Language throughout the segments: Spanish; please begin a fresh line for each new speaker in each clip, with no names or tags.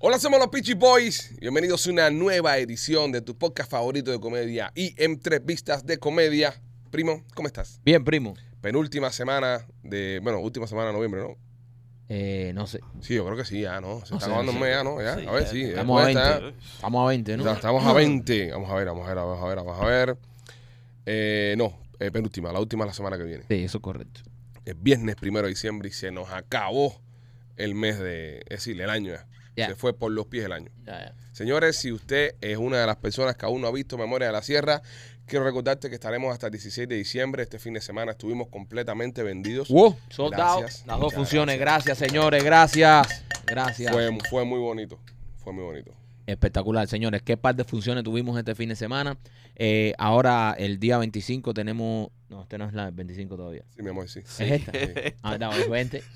Hola, somos los Peachy Boys. Bienvenidos a una nueva edición de tu podcast favorito de comedia y entrevistas de comedia. Primo, ¿cómo estás?
Bien, primo.
Penúltima semana de, bueno, última semana de noviembre, ¿no?
Eh, no sé.
Sí, yo creo que sí, ya, ¿no? Se
No
está
sé,
acabando
sí.
el mes, ya, ¿no? Ya,
Sí,
a ver,
ya.
sí.
Estamos a
después está-
20. Estamos a 20,
Ya
¿no?
Estamos a 20. Vamos a ver, vamos a ver, vamos a ver, vamos a ver. Eh, no, eh, penúltima, la última la semana que viene.
Sí, eso es correcto.
Es viernes primero de diciembre y se nos acabó el mes de, es decir, el año ya.
Ya.
Se fue por los pies el año. Señores, si usted es una de las personas que aún no ha visto Memoria de la Sierra, quiero recordarte que estaremos hasta el 16 de diciembre. Este fin de semana estuvimos completamente vendidos.
Wow, sold out.
Gracias.
Las dos
Muchas
funciones. Gracias. señores. Gracias. Gracias.
Fue, fue muy bonito, fue muy bonito.
Espectacular, señores. Qué par de funciones tuvimos este fin de semana. Eh, ahora, el día 25 tenemos... No, este no es la del 25 todavía.
Sí, mi amor, sí.
¿Es esta?
Sí.
Ah, no, es 20.
Sí.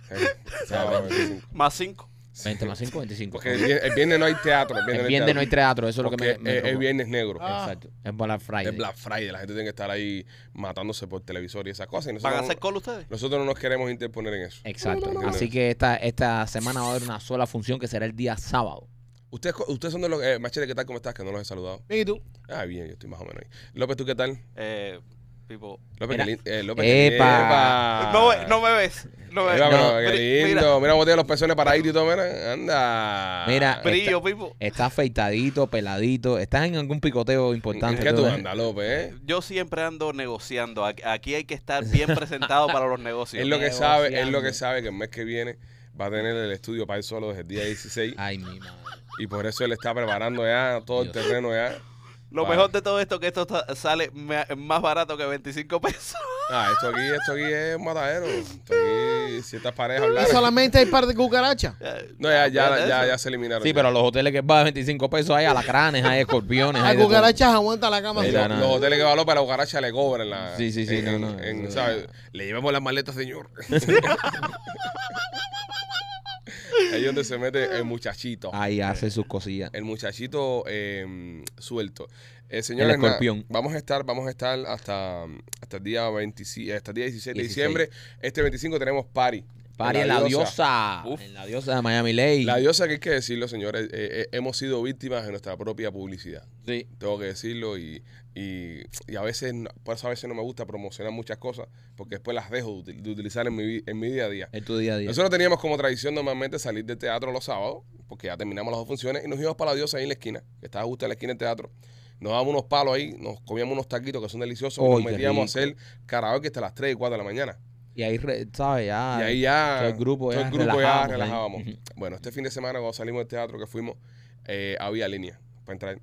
Sábado 25.
Más cinco.
20 más 5, 25.
Porque el vier- el viernes no hay teatro. El viernes,
el viernes no hay teatro. Eso es lo que
Porque
me, me
es, es
tocó. Ah.
viernes negro.
Exacto. Es Black Friday.
Es Black Friday. La gente tiene que estar ahí matándose por televisor y esas cosas. Y
¿Van a
nosotros,
hacer
no,
call ustedes?
nosotros no nos queremos interponer en eso.
Exacto.
no, no.
Así que esta, esta semana va a haber una sola función que será el día sábado.
Ustedes, co- ustedes son de los... Eh, Machete, ¿qué tal? ¿Cómo estás? Que no los he saludado.
¿Y tú?
Ah, bien, yo estoy más o menos ahí. López, ¿tú qué tal?
Eh, tipo.
López,
Mira.
qué lindo. Eh, López,
Epa.
qué-
No, ve- no me ves. No me ves.
Mira, pero
No.
qué
Mira,
lindo. Mira, botella los pezones para ir y todo. Mira, anda.
Mira,
¿En
Brillo, Pipo.
Está afeitadito, peladito. Estás en algún picoteo importante.
¿Qué tú
¿eh?
andas, López? eh?
Yo siempre ando negociando. Aquí- Aquí hay que estar bien presentado para los negocios.
Es lo que sabe, es lo que
negociando.
sabe que el mes que viene va a tener el estudio para él solo desde el día 16.
Ay, mi madre.
Y por eso él está preparando ya todo el
Dios.
terreno ya.
Lo
Vale.
mejor de todo esto es que esto ta- sale ma- más barato que 25 pesos.
Ah, esto aquí, esto aquí es un matadero. Esto aquí, si estas parejas
Y
hablaran.
solamente hay par de cucarachas.
No, ya, ya,
Fíjate
ya,
eso.
ya se eliminaron.
Sí,
ya.
pero los hoteles que pagan 25 pesos hay alacranes, hay escorpiones.
Las
hay de todo.
cucarachas aguanta la cama.
Los,
Mira, no.
Pues, los hoteles que van a para la cucaracha le cobran la.
Sí, sí, sí,
en-
no, no,
en-
no.
¿sabes? Le llevamos las maletas, señor. Ahí es donde se mete el muchachito.
Ahí hace sus cosillas.
El muchachito eh, suelto. Eh, señores,
El escorpión.
nada, vamos a estar, vamos a estar hasta, hasta el día 25, hasta el día 16 de
16.
diciembre. Este 25 tenemos party.
Pari en la diosa. En la diosa de Miami Lake.
La diosa que hay que decirlo, señores, eh, eh, hemos sido víctimas de nuestra propia publicidad.
Sí.
Tengo que decirlo y, y, y a veces, no- por eso a veces no me gusta promocionar muchas cosas porque después las dejo de, util- de utilizar en mi, vi- en mi día a día.
Es tu día a día.
Nosotros teníamos como tradición normalmente salir del teatro los sábados, porque ya terminamos las dos funciones, y nos íbamos para la diosa ahí en la esquina, que estaba justo en la esquina del teatro. Nos dábamos unos palos ahí, nos comíamos unos taquitos que son deliciosos,
Oy,
y nos
qué
metíamos a
rico.
hacer karaoke hasta las 3 y 4 de la mañana.
Y ahí, re- ¿sabes? Ya.
y ahí ya
todo el grupo
todo
ya
el grupo ya
relajábamos ahí.
relajábamos.
Ujú.
Bueno, este fin de semana cuando salimos del teatro que fuimos, eh, había línea para entrar.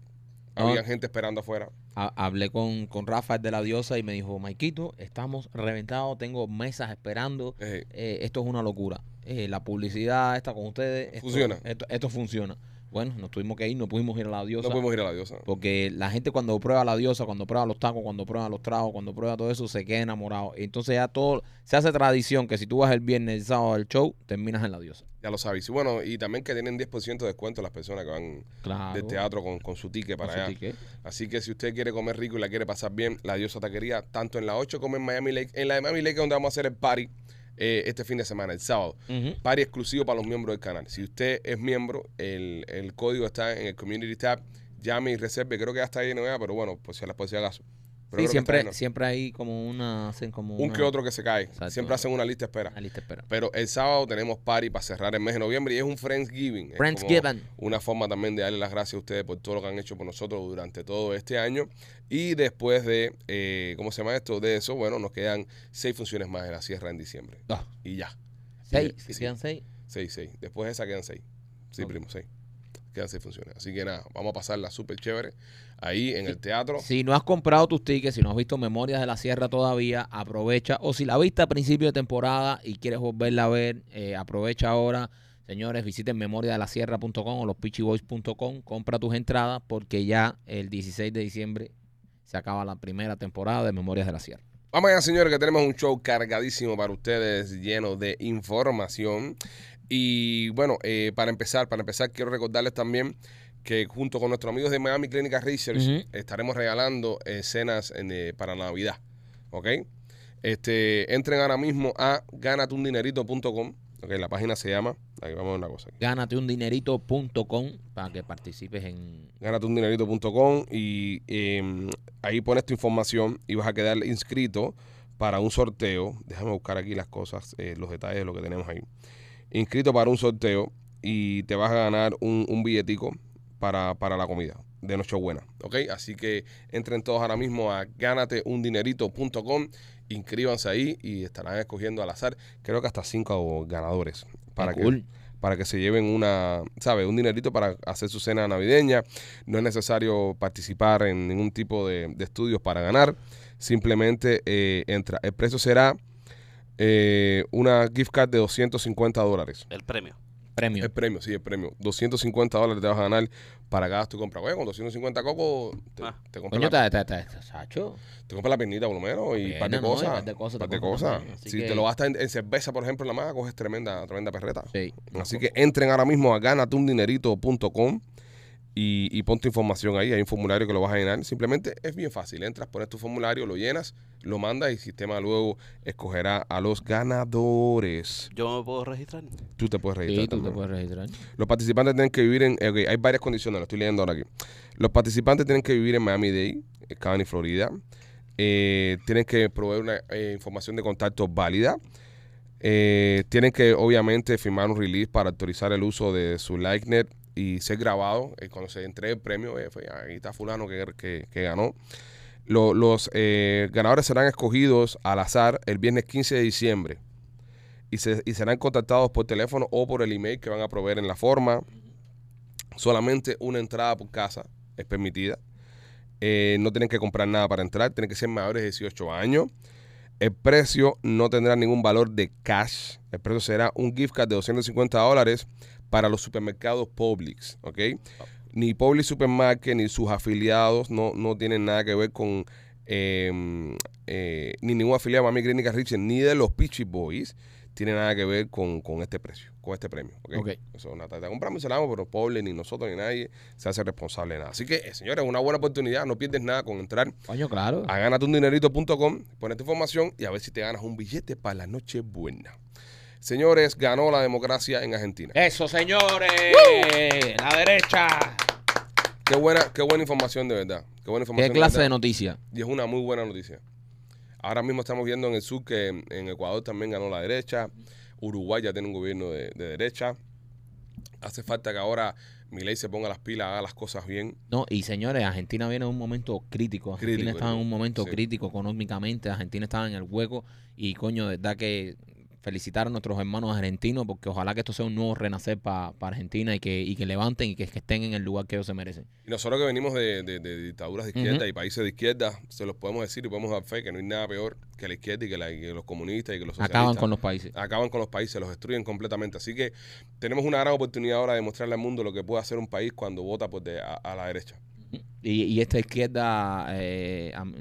No.
Había gente esperando afuera.
Ha- hablé con, con Rafa el de la diosa y me dijo, Maikito, estamos reventados, tengo mesas esperando.
Eh,
Eh, esto es una locura. Eh, la publicidad está con ustedes. esto-
Funciona.
Esto, esto funciona. Bueno, nos tuvimos que ir, no pudimos ir a la
no
diosa.
podemos ir a la diosa.
Porque la gente cuando prueba la diosa, cuando prueba los tacos, cuando prueba los tragos, cuando prueba todo eso, se queda enamorado. Entonces ya todo, se hace tradición que si tú vas el viernes, el sábado al show, terminas en la diosa.
Ya lo sabéis. Y bueno, y también que tienen 10% de descuento las personas que van
Claro.
del teatro con, con su ticket para allá. Así que si usted quiere comer rico y la quiere pasar bien, la diosa taquería, tanto en la 8 como en Miami Lake. En la de Miami Lake es donde vamos a hacer el party eh, este fin de semana, el sábado. Party exclusivo para los miembros del canal. Si usted es miembro, el, el código está en el Community Tab. Llame y reserve. Creo que hasta ahí no vea, pero bueno, pues si a la poesía acaso. Pero creo que
Sí, siempre,
hasta ahí
siempre hay como una, hacen como
no. Un
una-
que otro que se cae.
Exacto.
Siempre hacen una lista de espera.
una lista de espera.
Pero el sábado tenemos party para cerrar el mes de noviembre y es un Friendsgiving. Es como
Friendsgiving.
Una forma también de darle las gracias a ustedes por todo lo que han hecho por nosotros durante todo este año. Y después de, eh, ¿cómo se llama esto? De eso, bueno, nos quedan seis funciones más en la sierra en diciembre.
Ah,
Y ya.
seis,
Sí,
si
sí.
quedan seis.
Seis, seis. Después de esa quedan seis. Sí,
Ok.
primo, seis. Quedan seis funciones. Así que nada, vamos a pasarla súper chévere ahí en el teatro.
Si no has comprado tus tickets, si no has visto Memorias de la Sierra todavía, aprovecha. O si la viste a principio de temporada y quieres volverla a ver, eh, aprovecha ahora. Señores, visiten memoriadelasierra.com o lospitchyboys.com. Compra tus entradas porque ya el 16 de diciembre se acaba la primera temporada de Memorias de la Sierra.
Vamos allá, señores, que tenemos un show cargadísimo para ustedes, lleno de información. Y bueno, eh, para empezar, para empezar, quiero recordarles también que junto con nuestros amigos de Miami Clinic Research
Ujú.
estaremos regalando eh, cenas en, eh, para Navidad. ¿Ok? Este, entren ahora mismo a ganatundinerito.com. Ok, la página se llama. Aquí vamos a ver una cosa. Aquí.
Ganateundinerito.com para que participes en.
Ganatundinerito.com y eh, ahí pones tu información y vas a quedar inscrito para un sorteo. Déjame buscar aquí las cosas, eh, los detalles de lo que tenemos ahí. Inscrito para un sorteo y te vas a ganar un, un billetico para, para la comida de Nochebuena. ¿Ok? Así que entren todos ahora mismo a ganateundinerito.com, inscríbanse ahí y estarán escogiendo al azar, creo que hasta cinco ganadores. Para
Qué
que,
Ah, cool.
para que se lleven una, ¿sabes? Un dinerito para hacer su cena navideña. No es necesario participar en ningún tipo de, de estudios para ganar. Simplemente eh, entra. El precio será eh, una gift card de 250 dólares.
El premio.
Premio.
El premio, sí, el premio. 250 dólares te vas a ganar para cada tu compra. Oye, con 250 cocos te,
Ah.
te compras la,
Coño, ta- ta- ta- ta- Sacho.
te compras la piernita por lo menos y
Pierna,
un par de
¿no? Y
cosas.
par de cosas te
par de
compras
cosas.
también, así
Si
que-
te lo gastas en, en cerveza, por ejemplo, en la más, coges tremenda, tremenda perreta.
Sí.
Así que entren ahora mismo a ganatundinerito.com y, y pon tu información ahí. Hay un formulario que lo vas a llenar. Simplemente es bien fácil. Entras, pones tu formulario, lo llenas, lo mandas y el sistema luego escogerá a los ganadores.
Yo me puedo registrar.
Tú te puedes registrar.
Sí, tú te
también.
puedes registrar.
Los participantes tienen que vivir en. ok, hay varias condiciones, lo estoy leyendo ahora aquí. Los participantes tienen que vivir en Miami-Dade, eh, County, Florida. Eh, tienen que proveer una eh, información de contacto válida. Eh, tienen que, obviamente, firmar un release para autorizar el uso de su LikeNet y ser grabado. eh, cuando se entregue el premio, eh, fue, ahí está Fulano que, que- que ganó. Lo- los eh, ganadores serán escogidos al azar el viernes 15 de diciembre y, se- y serán contactados por teléfono o por el email que van a proveer en la forma. Solamente una entrada por casa es permitida. Eh, no tienen que comprar nada para entrar, tienen que ser mayores de 18 años. El precio no tendrá ningún valor de cash. El precio será un gift card de 250 dólares para los supermercados Publix, ¿ok? Ni Publix Supermarket ni sus afiliados no, no tienen nada que ver con eh, eh, ni ningún afiliado de Mami Clínica Richard ni de los Peachy Boys tiene nada que ver con, con este precio, con este premio. ¿ok?
Ok.
Eso es una tarta. Compramos y cenamos, pero Publix ni nosotros ni nadie se hace responsable de nada. Así que, eh, señores, una buena oportunidad. No pierdes nada con entrar
Coño, claro.
a ganatuninerito.com, pones tu información y a ver si te ganas un billete para la noche buena. Señores, ganó la democracia en Argentina.
Eso, señores. La derecha.
Qué buena, qué buena información de verdad. Qué buena
¿Qué
información.
clase de
verdad.
noticia?
Y es una muy buena noticia. Ahora mismo estamos viendo en el sur que en en Ecuador también ganó la derecha. Uruguay ya tiene un gobierno de, de derecha. Hace falta que ahora Milei se ponga las pilas, haga las cosas bien.
No, y señores, Argentina viene en un momento crítico. Argentina
Crítico,
estaba en un
¿no?
momento
Sí.
crítico económicamente. Argentina estaba en el hueco. Y coño, de verdad que felicitar a nuestros hermanos argentinos porque ojalá que esto sea un nuevo renacer para Argentina y que, y que levanten y que, que estén en el lugar que ellos se merecen.
Y nosotros que venimos de, de- de dictaduras de izquierda
Ujú.
y países de izquierda, se los podemos decir y podemos dar fe que no hay nada peor que la izquierda y que, la- y que los comunistas y que los socialistas.
Acaban con los países.
acaban con los países, los destruyen completamente. Así que tenemos una gran oportunidad ahora de mostrarle al mundo lo que puede hacer un país cuando vota pues, de- a, a la derecha.
Y, y esta izquierda, eh, am-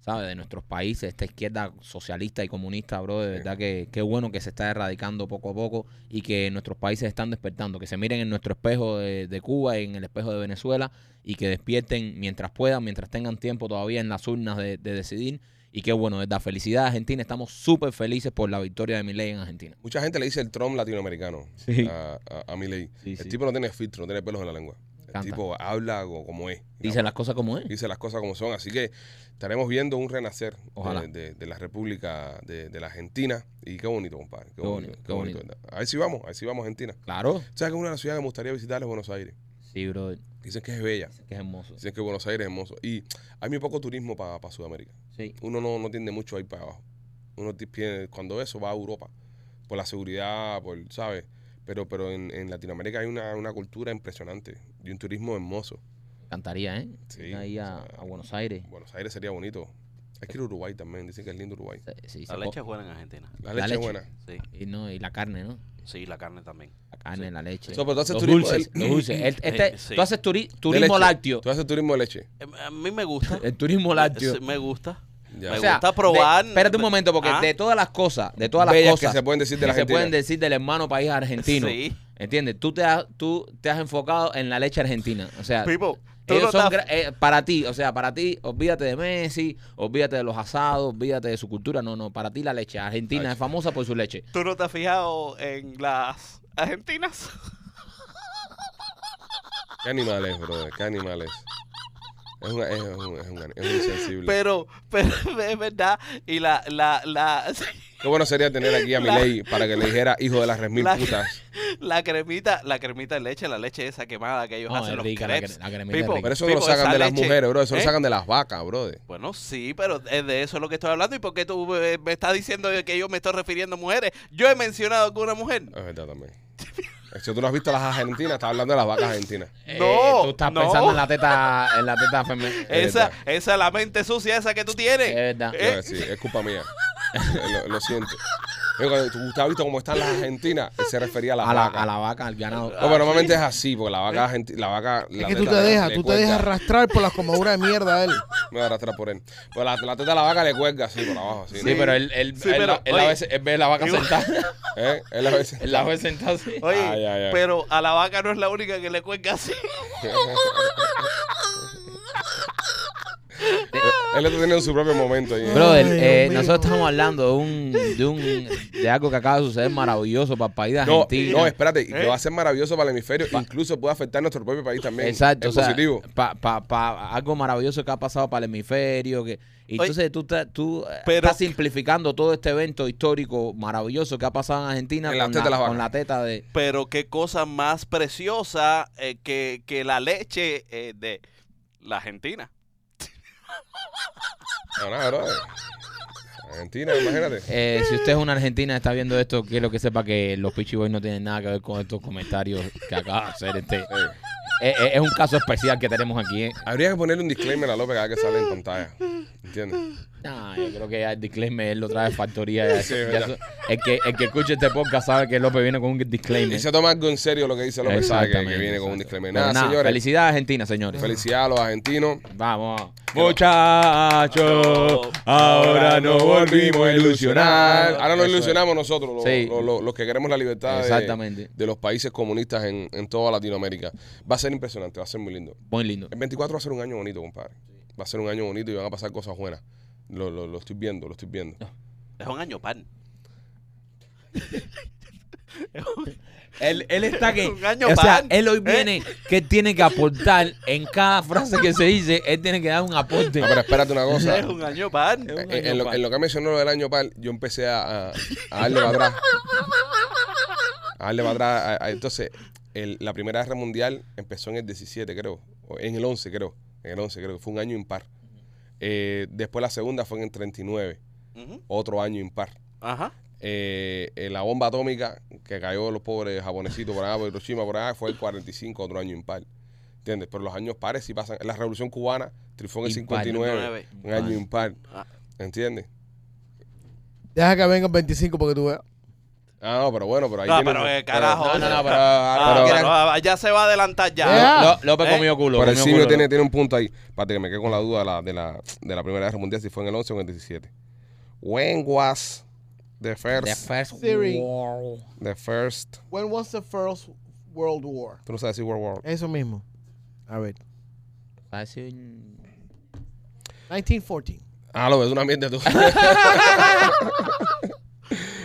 ¿sabe? De nuestros países, esta izquierda socialista y comunista, bro, de
Sí.
verdad que qué bueno que se está erradicando poco a poco y que nuestros países están despertando, que se miren en nuestro espejo de, de Cuba, en el espejo de Venezuela y que despierten mientras puedan, mientras tengan tiempo todavía en las urnas de, de decidir. Y qué bueno, de verdad, felicidad Argentina, estamos súper felices por la victoria de Milei en Argentina.
Mucha gente le dice el Trump latinoamericano
Sí.
a, a, a Milei.
Sí,
el
sí.
tipo no tiene filtro, no tiene pelos en la lengua. El
Canta.
tipo habla co- como es.
Dice las cosas como es.
dice las cosas como son. Así que estaremos viendo un renacer de-
Ojalá.
De, de la República de, de la Argentina. Y qué bonito, compadre. Qué,
Qué
bonito,
bonito,
qué
qué
bonito,
bonito.
¿verdad? A ver si vamos, a ver si vamos a Argentina.
Claro.
¿Sabes que una de las ciudades que me gustaría visitar es Buenos Aires?
Sí, bro,
Dicen que es bella.
qué hermoso.
Dicen que Buenos Aires es hermoso. Y hay muy poco turismo para Sudamérica.
Sí.
uno no, no tiende mucho a ir para abajo. Uno ti- pierde- cuando eso va a Europa, por la seguridad, por, ¿sabes? Pero, pero en, en Latinoamérica hay una, una cultura impresionante y un turismo hermoso.
Encantaría, ¿eh?
Sí,
Ir ahí a,
o sea,
a Buenos Aires.
Buenos Aires sería bonito. Hay que ir a Uruguay también, dicen que es lindo Uruguay.
Se- sí,
La
se
leche es buena en Argentina.
La
La
leche es
leche.
buena.
Sí,
po- y, no, y la carne, ¿no?
sí, la carne también.
La carne, la leche.
So, pero tú haces
los,
turismo
dulces,
del-
los dulces. El- este-
Eh, sí.
Tú haces turi-
De
turismo
leche.
lácteo.
Tú haces turismo de leche.
Em, A mí me gusta.
El turismo lácteo.
Sí, Me gusta.
Ya.
Me gusta probar.
de- espérate un momento, porque
Ah.
de todas las cosas, de todas las
Bellas que
cosas
se pueden decir de
que
la
se
Argentina.
pueden decir del hermano país argentino,
Sí.
¿Entiendes? Tú te, has, tú te has enfocado en la leche argentina. O sea,
People, tú
ellos
no
son
estás-
gra- eh, para ti, o sea, para ti, olvídate de Messi, olvídate de los asados, olvídate de su cultura. No, no, para ti la leche. Argentina
Ay.
es famosa por su leche.
¿Tú no te has fijado en las argentinas?
¿Qué animal es, brother? ¿Qué animal es? Es un, es un, es un, es un insensible.
Pero, pero es verdad. Y la, la, la,
Qué bueno sería tener aquí a
La-
Milei para que le dijera hijo de las res mil
la-
putas.
la cremita, la cremita de leche, la leche esa quemada que ellos
No,
hacen
es
los
rica, la
crepes.
cre- la cremita es
People,
rica.
Pero eso no lo
people,
sacan
esa
de las
leche,
mujeres, bro. Eso
¿eh?
lo sacan de las vacas, brother.
Bueno, sí, pero es de eso lo que estoy hablando. ¿Y por qué tú eh, me estás diciendo que yo me estoy refiriendo a mujeres? Yo he mencionado alguna mujer.
Es verdad también. Eh, Si tú no has visto las argentinas, estás hablando de las vacas
¿Eh?
argentinas.
No,
eh, tú estás
no.
pensando en la teta, en la teta femenina.
Es
Esa,
verdad.
esa la mente sucia esa que tú tienes.
Es verdad.
Yo voy a decir, es culpa mía. lo, lo siento. Yo, cuando tú tú has visto cómo están las argentinas, él se refería a las
a, la,
vacas.
a la vaca, Ah, al ganado.
No, pero normalmente es así, porque la vaca argenti- la vaca.
Ah, Eh, Es
la
que tú
teta
te
le-
dejas,
le
tú te
cuelga.
dejas arrastrar por las comaduras de mierda de él.
Me voy a arrastrar por él. Pero la, la teta de la vaca le cuelga así por abajo. Así,
Sí,
¿no?
pero él, él,
Sí,
él-
pero,
él a
oye.
veces él ve la vaca sentada.
¿Eh? Él a veces.
él la ve sentada así.
Oye,
Ay, ay, ay.
pero a la vaca no es la única que le cuelga así.
Él está teniendo su propio momento. ahí, ¿eh?
Brother,
Ay, Dios
eh,
mío.
nosotros estamos hablando de un, de un de algo que acaba de suceder maravilloso para el país de
No,
Argentina.
no, espérate, que
¿Eh?
va a ser maravilloso para el hemisferio, incluso puede afectar a nuestro propio país también.
Exacto,
es
o sea,
positivo.
pa- pa- pa- algo maravilloso que ha pasado para el hemisferio. Que, y
Oye,
entonces tú, estás- tú eh,
pero-
estás simplificando todo este evento histórico maravilloso que ha pasado en Argentina
En la
con,
teta de las
con
vacas.
la teta de...
Pero qué cosa más preciosa eh, que, que la leche eh, de la Argentina.
No, nada, brother. Argentina, imagínate.
Eh, si usted es una argentina y está viendo esto, quiero que sepa que los Pichiboy no tienen nada que ver con estos comentarios que acaba de hacer este.
Eh,
Eh, eh, es un caso especial que tenemos aquí. eh.
habría que ponerle un disclaimer a López cada que sale en pantalla. ¿Entiendes?
No, yo creo que ya el disclaimer él lo trae de factoría. ya eso-
Sí,
ya
verdad.
eso- el, que, el que escuche este podcast sabe que López viene con un
Y
disclaimer.
se toma algo en serio lo que dice López, sabe que, que viene con un
exacto.
disclaimer.
Pero
Nada,
nada,
señores.
Felicidades, Argentina, señores.
Felicidades a los argentinos.
Vamos. Muchachos, ahora nos volvimos a ilusionar.
Ahora nos
Eso es.
ilusionamos nosotros, los,
Sí.
los- los- los que queremos la libertad de-
Exactamente.
De, los países comunistas en, en toda Latinoamérica. Va a ser impresionante, va a ser muy lindo.
Muy lindo.
El 24 va a ser un año bonito, compadre. Va a ser un año bonito y van a pasar cosas buenas. Lo, lo- lo estoy viendo, lo estoy viendo.
Es un año pan.
Él, él está que.
Un año
o sea,
pan.
él hoy
¿Eh?
viene que tiene que aportar en cada frase que se dice. Él tiene que dar un aporte.
Ah, pero espérate una cosa.
es un año pan.
Es un
Eh, en,
año
en lo,
par.
en lo que mencionó lo del año par, yo empecé a, a- a darle para atrás. A darle para atrás. a- a- entonces, el- la Primera Guerra Mundial empezó en el 17, creo. o En el 11, creo. En el 11, creo que fue un año impar. Eh, después la segunda fue en el 39,
Ujú,
otro año impar.
Ajá.
Eh, eh, la bomba atómica que cayó de los pobres japonesitos por allá, por Hiroshima, por allá, fue el 45, otro año impar. ¿Entiendes? Pero los años pares sí pasan. La Revolución Cubana triunfó en el
Impar.
59, un año impar.
Ah.
¿Entiendes?
Deja que vengan 25 porque tú veas.
Ah, no, pero bueno, pero ahí
No,
tiene-
pero, eh, carajo.
pero-
No, no, no, pero-
Ah,
pero-
pero, ah, ya se va a adelantar ya.
Ya.
Lo- Ah, López
¿Eh?
comió culo.
pero el
comió
simio
culo.
tiene, tiene un punto ahí. Espérate que me quedé con la duda de la, de la, de la Primera Guerra Mundial, si fue en el 11 o en el 17. When was the
The
first,
first
Siri.
world.
the first...
When was the first World War?
Tú no sabes decir World War.
Eso mismo. A ver.
Va a ser un-
1914.
Ah, lo ves, una mierda tú.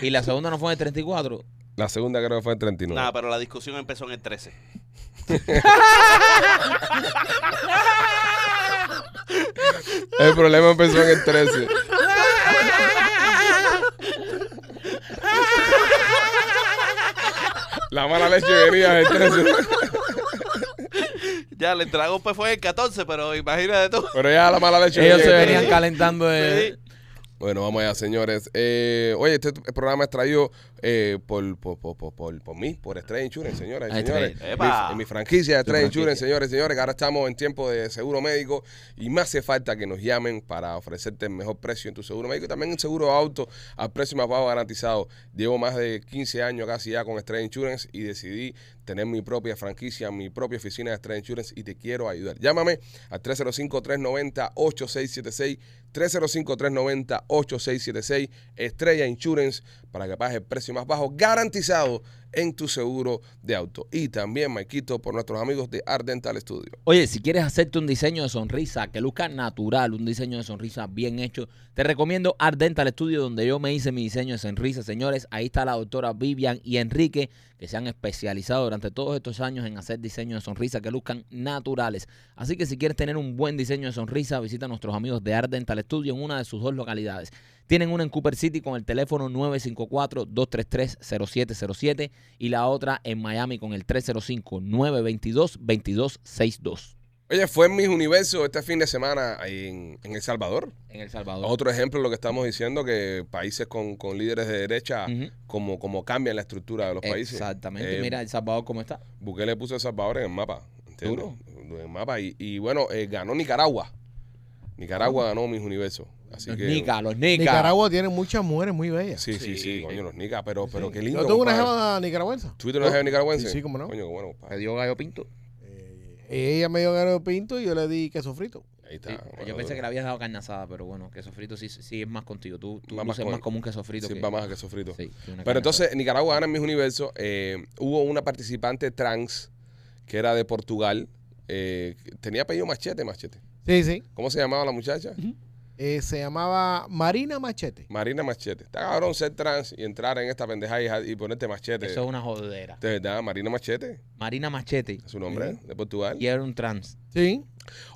Y la segunda no fue en el 34.
la segunda creo que fue en 39.
Nada, pero la discusión empezó en el 13.
El problema empezó en el 13. La mala leche venía del 13.
Ya, el Dragope fue en el 14, pero imagínate tú.
Pero ya la mala leche
Ellos
venía
se
del
venían
13.
calentando de.
Sí.
Bueno, vamos allá, señores. Eh, oye, este programa es traído eh, por, por, por, por, por, por mí, por Stray Insurance, señoras y
Ay,
señores. eh,
Stray. Epa.
Mi, mi franquicia de Stray
franquicia.
Insurance, señores y señores, que ahora estamos en tiempo de seguro médico y me hace falta que nos llamen para ofrecerte el mejor precio en tu seguro médico y también en seguro de auto al precio más bajo garantizado. Llevo más de 15 años casi ya con Stray Insurance y decidí tener mi propia franquicia, mi propia oficina de Stray Insurance y te quiero ayudar. Llámame al 305-390-8676, 305-390-8676, Estrella Insurance, para que pagues el precio más bajo garantizado en tu seguro de auto. Y también, Maikito, por nuestros amigos de Art Dental Studio.
Oye, si quieres hacerte un diseño de sonrisa que luzca natural, un diseño de sonrisa bien hecho, te recomiendo Art Dental Studio, donde yo me hice mi diseño de sonrisa. Señores, ahí está la doctora Vivian y Enrique, que se han especializado durante todos estos años en hacer diseños de sonrisa que luzcan naturales. Así que si quieres tener un buen diseño de sonrisa, visita a nuestros amigos de Art Dental Studio en una de sus dos localidades. Tienen una en Cooper City con el teléfono 954-233-0707 y la otra en Miami con el 305-922-2262.
Oye, fue en mis universos este fin de semana en, en El Salvador.
En El Salvador.
Otro ejemplo de lo que estamos diciendo, que países con, con líderes de derecha,
Ujú.
como, como cambian la estructura de los países.
Exactamente.
Eh,
Mira, El Salvador cómo está.
Bukele puso El Salvador en el mapa. ¿entiendes? En el mapa. Y, y bueno, eh, ganó Nicaragua. Nicaragua ganó mis universos. Así
Los
que.
Nica, los Nica.
Nicaragua tiene muchas mujeres muy bellas.
Sí, sí, sí,
Sí.
coño, los Nica, pero, pero qué lindo.
Yo tengo una
compadre.
jeva nicaragüense.
¿Tuviste una jeva nicaragüense?
Sí, sí, cómo no.
Coño, qué bueno,
Me
compadre.
dio gallo pinto.
Y ella me dio ganas de pinto y yo le di queso frito.
Ahí está.
Sí,
bueno,
yo pensé
tú-
que le habías dado carne asada, pero bueno, queso frito sí, sí es más contigo. Tú, tú
Va más
luces
con-
más común queso frito.
Sí,
que-
va más que sofrito.
Sí, que
Pero
una carne
entonces, en Nicaragua gana en mis universos. eh, hubo una participante trans que era de Portugal. eh, tenía apellido Machete, Machete.
Sí, sí.
¿Cómo se llamaba la muchacha?
Eh, se llamaba Marina Machete.
Marina Machete. Está cabrón ser trans y entrar en esta pendeja y, ja- y ponerte Machete.
asada. Eso es una jodera.
De verdad, Marina Machete,
Marina Machete
es su nombre, de Portugal.
y era un trans. Ah,
Sí.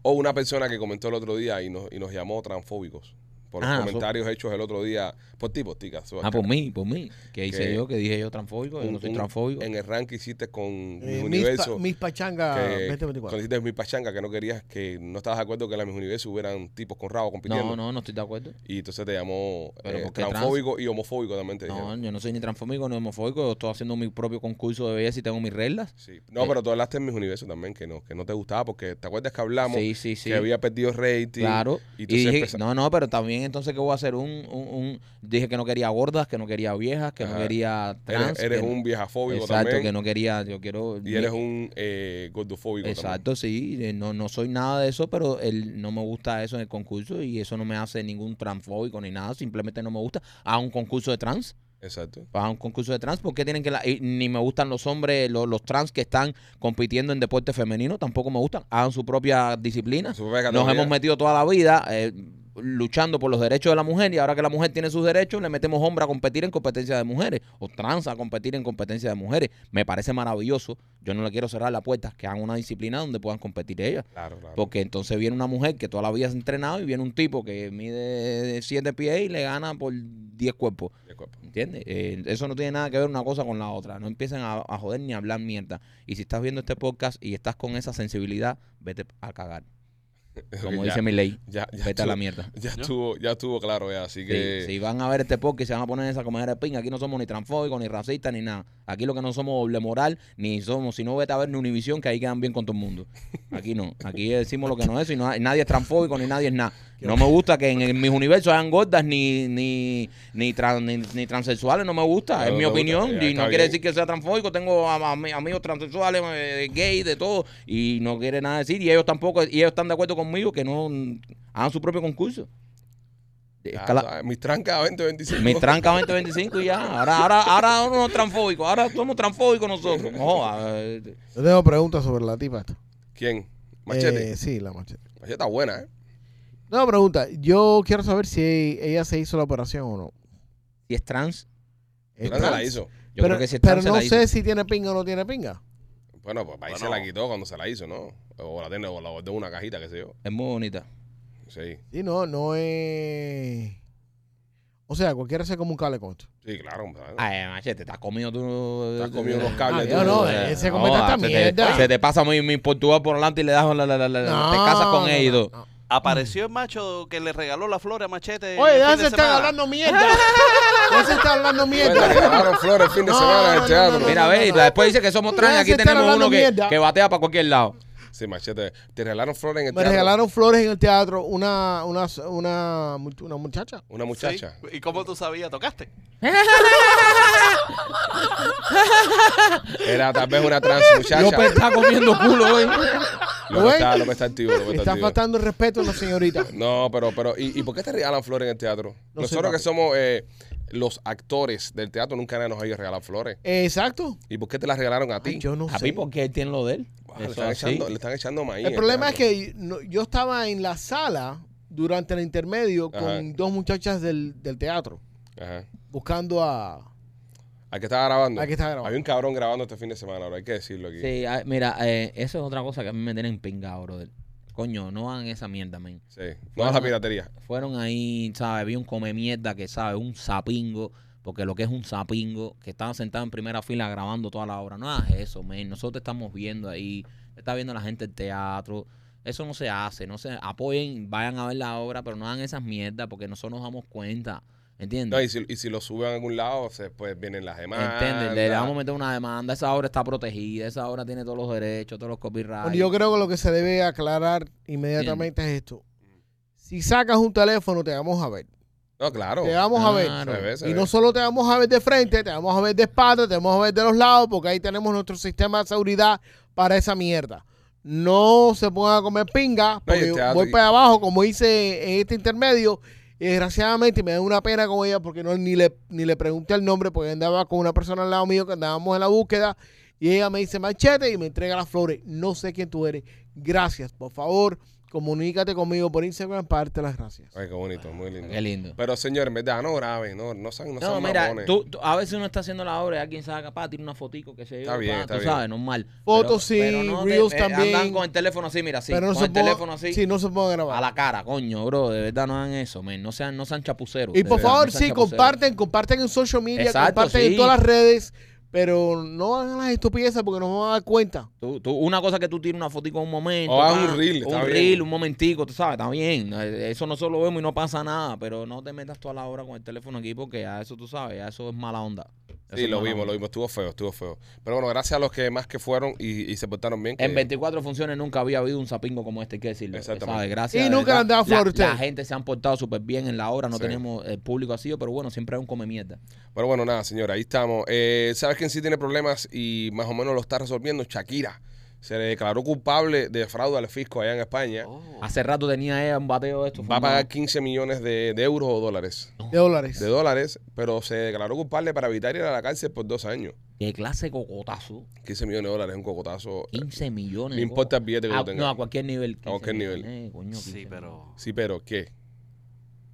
O una persona que comentó el otro día y nos, y nos llamó transfóbicos por
Ah,
los
so-
comentarios hechos el otro día por ti, por ti, Cazuela.
Ah, por mí, por mí. Que hice
Que-
yo, que dije yo transfóbico, yo
Un-
no soy
un-
transfóbico.
En el ranking hiciste con
Eh,
mi
mis,
universo.
pa- mis Pachanga
que
2024.
cuando hiciste mi pachanga que no querías que no estabas de acuerdo que en la mis universo hubieran tipos con rabo compitiendo
No, no, no estoy de acuerdo.
y entonces te llamó
Pero
eh,
¿por qué trans?
transfóbico y homofóbico también te
No,
dijeron.
yo no soy ni transfóbico ni homofóbico. Yo estoy haciendo mi propio concurso de belleza y tengo mis reglas.
Sí. No, pero tú hablaste en mis universo también que no que no te gustaba porque te acuerdas que hablamos
Sí, sí, sí.
que había perdido rating
Claro.
y,
Y,
entonces
dije,
empeza-
no, no, pero también entonces que voy a hacer un, un, un- Dije que no quería gordas, que no quería viejas, que no
Ajá.
quería trans.
eres, eres
que no-
un viejafóbico
Exacto,
también
que no quería, yo quiero...
y eres un eh, gordofóbico
Exacto, sí, eh, no, no soy nada de eso, pero el, no me gusta eso en el concurso y eso no me hace ningún transfóbico ni nada, simplemente no me gusta. A un concurso de trans,
también. Exacto.
a un concurso de trans, porque tienen que... la- y ni me gustan los hombres, lo- los trans que están compitiendo en deporte femenino, tampoco me gustan, hagan su propia disciplina.
Su propia
Nos
categoría.
hemos metido toda la vida eh, luchando por los derechos de la mujer y ahora que la mujer tiene sus derechos, le metemos hombre a competir en competencia de mujeres o trans a competir en competencia de mujeres. Me parece maravilloso. Yo no le quiero cerrar la puerta, que hagan una disciplina donde puedan competir ellas.
Claro, claro.
Porque entonces viene una mujer que toda la vida se ha entrenado y viene un tipo que mide 7 pies y le gana por 10 cuerpos.
De acuerdo.
¿Entiendes? Eh, eso no tiene nada que ver una cosa con la otra. No empiecen a, a joder ni a hablar mierda. Y si estás viendo este podcast y estás con esa sensibilidad, vete a cagar. Como
Ya-
dice mi ley.
ya, ya
Vete a la
estuvo-
mierda.
Ya
¿No?
estuvo, ya estuvo claro, ya, así
Sí,
que
Si van a ver este podcast y se van a poner esa comedera de pinga, aquí no somos ni transfóbicos, ni racistas, ni nada. Aquí lo que no somos doble moral, ni somos, si no vete a ver ni Univisión, que ahí quedan bien con todo el mundo. Aquí no, aquí decimos lo que no es y no hay- nadie es transfóbico, ni nadie es nada. No me gusta que en, en mis universos hayan gordas ni, ni, ni, tran- ni, ni transexuales, no me gusta,
Claro,
es mi
no te gusta.
opinión.
Ya,
Y
está
no quiere
bien.
decir que sea transfóbico, tengo am- am- amigos transexuales, eh, gay, de todo, y no quiere nada decir. Y ellos tampoco, y ellos están de acuerdo conmigo que no mm, hagan su propio concurso.
ya,
Escala-
¿sabes? mis trancas 2025.
me tranca 2025 y ya. Ahora, ahora, ahora uno es transfóbico. Ahora somos transfóbicos nosotros. No, joda, eh,
Yo tengo preguntas sobre la tipa esta.
¿Quién? Machete.
Eh, sí, la machete.
Machete está buena, ¿eh?
No, pregunta. Yo quiero saber si ella se hizo la operación o no.
si es trans,
Es
Durán se la
trans.
hizo.
yo
pero
creo que si es
pero
trans se
no
la hizo.
sé si tiene pinga o no tiene pinga.
Bueno, pues ahí se
Bueno.
la quitó cuando se la hizo, ¿no? O la tiene, o la guardó en una cajita, qué sé yo.
Es muy bonita.
Sí,
Sí, no, no es. O sea, cualquiera sea como un cable con esto.
sí, claro. claro.
Ay, machete, te has comido tú.
Te has comido unos
Ah,
cables.
yo
tú.
no,
Eh,
eh, ese cometa
joda,
esta
se te-
mierda.
Se te pasa mi, mi portugal por delante y le das la, la, la, la- te casas con ellos. dos.
no, no.
Apareció el macho que le regaló la flor a Machete. el fin
Oye, ya
Eh, de
se está
semana.
hablando mierda. Ya se está hablando
Cuenta que
mierda.
llevaron Pues, flores el fin de
No,
semana en
no,
el teatro.
no, no,
Mira,
no,
ve, y
no.
después dice que somos trans y
Ya
aquí
se están
tenemos
hablando
uno que,
mierda.
que batea para cualquier lado.
Sí, machete. Te regalaron flores en el
Me
teatro.
regalaron flores en el teatro una, una, una, much- una muchacha.
Una
Sí.
muchacha.
¿Y cómo tú sabías? ¿Tocaste?
Era tal vez una trans
López
muchacha.
está comiendo culo hoy.
Lo que
Güey.
está, lo que está activo. Lo que está
Está
activo.
faltando el respeto a la señorita.
No, pero, pero, ¿y, y por qué te regalan flores en el teatro?
No sé,
Nosotros que
papi.
somos eh, los actores del teatro nunca nadie nos había regalado flores.
Exacto.
¿Y por qué te las regalaron a ti?
Ay, yo no
A
sé.
mí, porque él tiene lo de él.
Wow, le,
Eso
están
así.
echando, le están echando maíz.
El
al
problema es
teatro.
que no- yo estaba en la sala durante el intermedio con
Ajá.
dos muchachas del, del teatro
Ajá.
buscando a.
¿A qué estaba grabando?
¿A qué estaba grabando?
Había un cabrón grabando este fin de semana, ahora hay que decirlo aquí.
Sí, ah, mira, eh, eso es otra cosa que a mí me tienen pingado, brother. Coño, no hagan esa mierda, men.
Sí. No a la piratería.
Fueron ahí, ¿sabes? Vi un come mierda que, sabe Un sapingo, porque lo que es un sapingo, que estaban sentados en primera fila grabando toda la obra. No hagas eso, men. Nosotros te estamos viendo ahí, te está viendo la gente del teatro. Eso no se hace, no se apoyen, vayan a ver la obra, pero no hagan esas mierdas porque nosotros nos damos cuenta, ¿entiendes?
No, y si, y si lo suben a algún lado, se- pues vienen las demandas.
¿Entiendes? Le vamos a meter una demanda, esa obra está protegida, esa obra tiene todos los derechos, todos los copyrights.
Bueno, yo creo que lo que se debe aclarar inmediatamente es esto. Si sacas un teléfono, te vamos a ver.
No, claro.
Te vamos a ver.
Claro.
Se ve, se
Y
ve.
no solo te vamos a ver de frente, te vamos a ver de espalda, te vamos a ver de los lados, porque ahí tenemos nuestro sistema de seguridad para esa mierda. No se pongan a comer pinga, porque
teatro-
voy para abajo, como hice en este intermedio, y desgraciadamente me da una pena con ella porque no ni le, ni le pregunté el nombre, porque andaba con una persona al lado mío que andábamos en la búsqueda, y ella me dice machete y me entrega las flores. No sé quién tú eres. Gracias, por favor, comunícate conmigo por Instagram para darte las gracias.
Ay, qué bonito, muy lindo.
Qué lindo.
Pero señor, en verdad, no graben, no, no sean, no,
No,
sean
mira,
mamones.
tú, tú- a veces uno está haciendo la obra y alguien saca, pa, tira una fotico, que se yo,
Está
pa,
bien, está
tú
bien.
sabes, normal.
Fotos
Pero-
sí,
pero no te-
reels
eh,
también.
Andan con el teléfono así, mira, así,
Pero no
con
se
el
ponga-
teléfono así,
Sí, no se pongan a
a
grabar.
la cara, coño, bro, de verdad no hagan eso, men, no sean, no sean chapuceros.
Y
de
por
verdad,
favor,
no sean
sí,
chapuceros.
comparten, comparten en social media,
Exacto,
comparten
sí.
en todas las redes, pero no hagan las estupideces porque nos vamos a dar cuenta.
Tú, tú- una cosa que tú tires una fotico en un momento.
O haz un
pa,
reel, está
Un
bien.
reel, un momentico, tú sabes, está bien. eh, Eso nosotros lo vemos y no pasa nada, pero no te metas toda la hora con el teléfono aquí porque a eso tú sabes, a eso es mala onda. Eso
Sí,
es
lo
mala
vimos,
onda.
lo vimos. Estuvo feo, estuvo feo. Pero bueno, gracias a los que más que fueron y, y se portaron bien. que-
En 24 funciones nunca había habido un sapingo como este, hay que decirlo.
Exactamente.
¿sabes? Gracias. de
Y nunca
verdad.
le han dado flor a
la,
ustedes.
la gente se han portado súper bien en la obra, no
Sí.
tenemos el público así, pero bueno, siempre hay un come mierda.
Pero bueno, nada, señora, ahí estamos. Eh, ¿Sabes quién sí tiene problemas y más o menos lo está resolviendo? Shakira. Se le declaró culpable de fraude al fisco allá en España.
Oh. Ah,
Hace rato tenía ella un bateo de esto.
Va a pagar 15 millones de, de euros o dólares.
De dólares.
De dólares, pero se declaró culpable para evitar ir a la cárcel por dos años.
¿Qué clase de cocotazo?
15 millones de dólares es un cocotazo.
15 millones.
No
de
importa
coco.
el billete que
A-
tú tengas.
No, a cualquier nivel. 15
cualquier nivel.
millones, eh, coño, 15
Sí,
millones.
pero
Sí, pero ¿qué?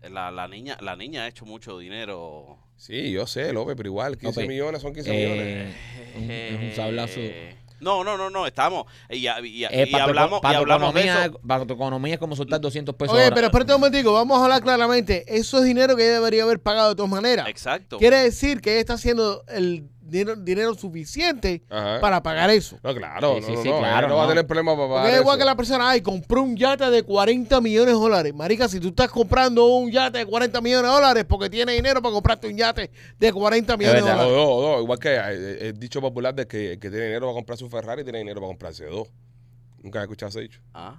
la, la niña, la niña ha hecho mucho dinero.
Sí, yo sé, López, pero igual, 15
Ok.
millones son 15 millones.
Eh, un- es un sablazo.
Eh, No, no, no, no, estamos. Y, y- y-
Eh,
y
para tu-
hablamos,
para
y
tu
hablamos de
economía-
eso.
Para tu economía es como soltar 200 pesos.
Oye,
ahora.
pero espérate un momentico, vamos a hablar claramente. Eso es dinero que ella debería haber pagado de todas maneras.
Exacto.
Quiere decir que ella está haciendo el dinero, dinero suficiente
Ah.
Ajá.
para pagar eso.
No, claro,
Sí, sí,
no,
sí,
no,
claro,
claro, no va a
no.
tener problemas para
Porque
pagar
es igual
eso.
que la persona, ay, compré un yate de 40 millones de dólares. Marica, si tú estás comprando un yate de 40 millones de dólares porque tienes dinero para comprarte un yate de 40 millones de
verdad.
O
dólares.
dos, o dos. Igual que eh, el dicho popular de que el que tiene dinero para comprarse un Ferrari tiene dinero para comprarse dos. Nunca he escuchado ese dicho.
Ah.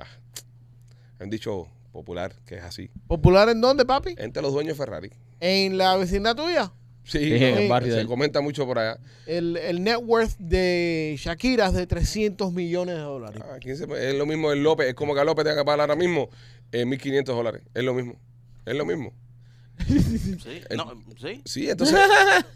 Es un dicho popular que es así.
¿Popular en dónde, papi?
Entre los dueños de Ferrari.
En la vecindad tuya.
Sí,
Sí, en el
no,
barrio
se
del-
comenta mucho por allá.
El, el net worth de Shakira es de 300 millones de dólares.
Ah, 15 pe- es lo mismo el López. Es como que a López tenga que pagar ahora mismo eh, 1.500 dólares. Es lo mismo. Es lo mismo.
Sí,
Eh,
no, sí,
Sí, entonces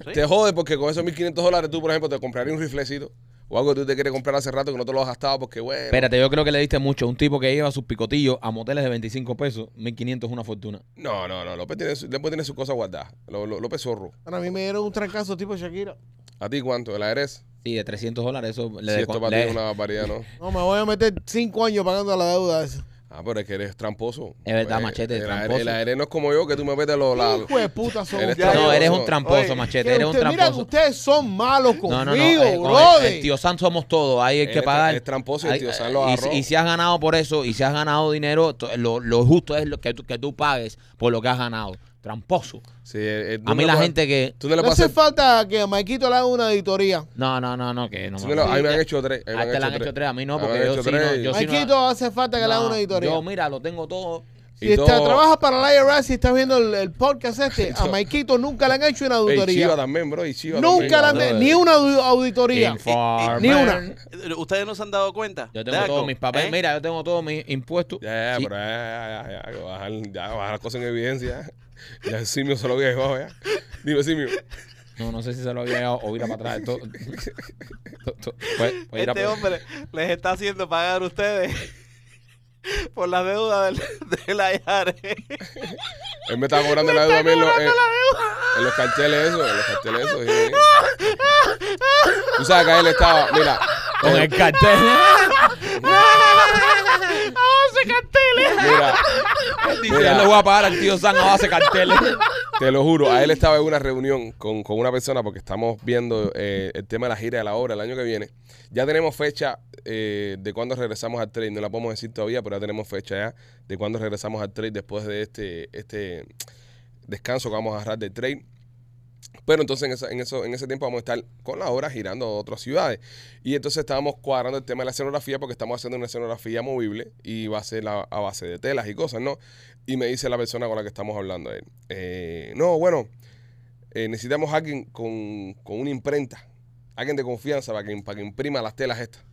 sí.
te jode porque con esos 1.500 dólares tú, por ejemplo, te comprarías un riflecito o algo que tú te quieres comprar hace rato que no te lo has gastado porque, bueno.
Espérate, yo creo que le diste mucho. Un tipo que lleva sus picotillos a moteles de 25 pesos, 1500 es una fortuna.
No, no, no. López tiene, su- López tiene sus cosas guardadas. Lo- lo- López zorro.
Bueno, a mí me dieron un trancazo tipo Shakira.
¿A ti cuánto? ¿De la eres?
Sí, de 300 dólares, eso le
Si esto para ti
le-
es una barbaridad, ¿no?
No, me voy a meter 5 años pagando la deuda esa.
Ah, pero es que eres tramposo.
Es verdad,
Eh,
machete,
el,
tramposo.
El aire no es como yo, que tú me metes los lados.
Hijo de puta son
Eres
ustedes.
No, eres
Oye,
un tramposo,
que
machete,
Que
eres un
usted- mira que
tramposo.
ustedes son malos conmigo,
No, no, no. eh, con el-
brother.
el, tío San somos todos, hay el
Él
que
es tra-
pagar.
es tramposo y el
Hay-
tío San lo
y-
agarró.
Y, si has ganado por eso, y si has ganado dinero, to- lo, lo justo es lo que, tú, que tú pagues por lo que has ganado. Tramposo.
Sí, eh, eh,
A
no
mí
me
la
puedes-
gente que.
Tú no le
No
puedes
hace
hacer...
falta que a Maikito le haga una auditoría.
No, no, no, no, que no.
Sí,
me-
me lo- a mí me
Sí,
han hecho tres. a mí me
Ah, te la han hecho tres, a mí no,
me
porque
han
yo
hecho
sí no-
tres.
yo sí- no-
Maikito hace falta que le haga
No,
una auditoría.
Yo, mira, lo tengo todo.
Si está- trabajas para la IRS y estás viendo el, el podcast este, a
todo-
Maikito nunca le han hecho una
Ey, Chiva
auditoría.
también, bro. Y Chiva
Nunca le han
brother.
hecho ni una au-
eh,
auditoría.
Informer.
Ni una.
Eh, Ustedes no se han dado cuenta.
Yo
de
tengo
algo,
todos mis papeles.
¿eh?
Mira, yo tengo todos mis impuestos.
Ya, ya,
Sí.
pero ya, ya, ya, ya, que bajar, ya, bajar las cosas en evidencia. Ya, ya el simio se lo viejó, ya. Dime, simio.
No, no sé si se lo había dado o ir para atrás. To- to- to- fue- fue ir a
Este
por-
hombre les está haciendo pagar a ustedes por las deudas del, E. de la
Él me estaba cobrando la deuda a mí en los, en, en los carteles, eso. En los carteles, eso. sí. Tú sabes que a él estaba, mira.
Con
eh,
el cartel.
Mira,
Dice,
Mira.
yo le voy a pagar al tío San a base de carteles.
te lo juro, a él estaba en una reunión con, con una persona porque estamos viendo eh, el tema de la gira de la obra el año que viene. Ya tenemos fecha eh, de cuándo regresamos al trade, no la podemos decir todavía, pero ya tenemos fecha ya de cuándo regresamos al trade después de este, este descanso que vamos a agarrar del trade. Pero entonces en, esa- en eso, en ese tiempo vamos a estar con la obra girando a otras ciudades. Y entonces estábamos cuadrando el tema de la escenografía porque estamos haciendo una escenografía movible y va a ser la- a base de telas y cosas, ¿no? Y me dice la persona con la que estamos hablando él. eh, no, bueno, eh, necesitamos alguien con, con una imprenta, alguien de confianza para que, para que imprima las telas estas.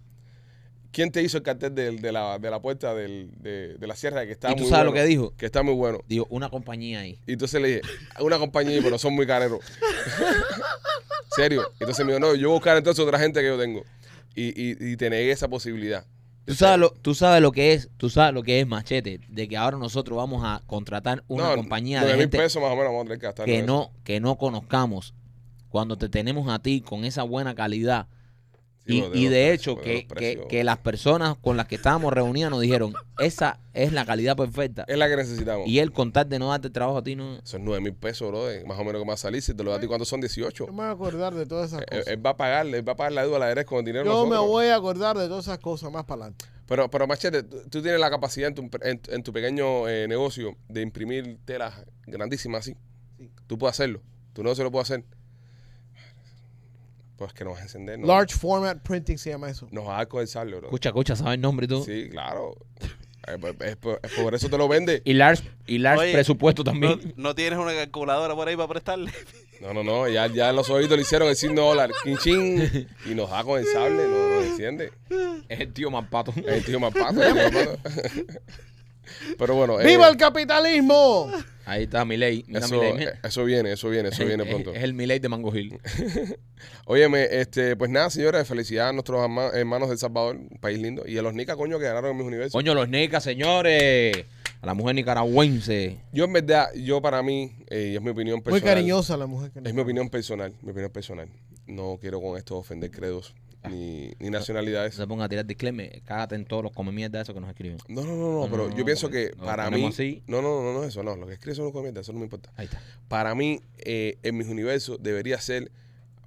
¿Quién te hizo el cartel del- de, la, de la puerta del- de, de la sierra que está
¿Y tú
muy
sabes lo
bueno?
que dijo?
Que está muy bueno.
Digo, una compañía ahí.
Y entonces le dije, una compañía, pero son muy careros. Serio. Entonces me dijo, no, yo voy a buscar entonces otra gente que yo tengo. Y, y, y te negué esa posibilidad.
Tú sabes, lo, tú sabes lo que es, tú sabes lo que es machete, de que ahora nosotros vamos a contratar una
No,
compañía de
9.000
gente
pesos más o menos vamos a tener que gastar.
que
en eso.
no, que no conozcamos. Cuando te tenemos a ti con esa buena calidad,
Sí,
Y,
pero
y
los
de
precios,
hecho,
pero
que,
los precios.
que, que las personas con las que estábamos reunidas nos dijeron, esa es la calidad perfecta.
Es la que necesitamos.
Y el contar de no darte trabajo a ti no...
Son 9 mil pesos, bro. Más o menos que va a salir. Si te lo da a ti, ¿cuántos son? 18.
Yo me voy a acordar de todas esas
Él,
cosas.
él va a pagar, él va a pagar la deuda a la eres con el dinero. de
Yo me
Eh, nosotros.
voy a acordar de todas esas cosas más para adelante.
Pero, pero Machete, tú, tú tienes la capacidad en tu, empre- en, en tu pequeño eh, negocio de imprimir telas grandísimas así.
Sí.
Tú puedes hacerlo. Tu negocio lo puede hacer. Pues que nos vas a encender. ¿no?
Large format printing se llama eso.
Nos va a dar con el sable, bro.
Escucha, escucha, ¿sabes el nombre y todo?
Sí, claro. Eh, pues, es, por- es por eso te lo vende.
Y Lars, y Lars
Oye,
presupuesto
No,
también.
no tienes una calculadora por ahí para prestarle.
No, no, no. Ya, ya los oídos le hicieron el signo dólar. Quinchín. Y nos da con el sable. Nos, nos enciende.
Es el tío Mampato.
Es el tío más pato. el tío más pato. Pero bueno. eh, pues,
¡Viva el capitalismo!
Ahí está Milei. Mira
eso,
Milei, mira.
eh, eso viene, eso viene, eso viene
Es-
pronto.
Es, el Milei de Mango Hill.
Óyeme, este, pues nada, señores, felicidades a nuestros ama- hermanos de El Salvador, un país lindo, y a los nicas, coño, que ganaron en mis universos.
Coño, los nicas, señores. A la mujer nicaragüense.
Yo, en verdad, yo para mí, eh, y es mi opinión
Muy
personal.
cariñosa la mujer. que nos-
Es mi opinión personal, mi opinión personal. No quiero con esto ofender credos ni, ni
Ah. No
nacionalidades.
se ponga a tirar disclaimer. Cágate en todos los come mierda eso que nos escriben.
No, no, no, no,
No,
pero
no,
yo
no,
pienso
porque
que
nos
para mí.
ponemos así.
No, no, no, no, eso no. Lo que escribe son los comienzos, eso no me importa.
Ahí está.
Para mí, eh, en mis universos, debería ser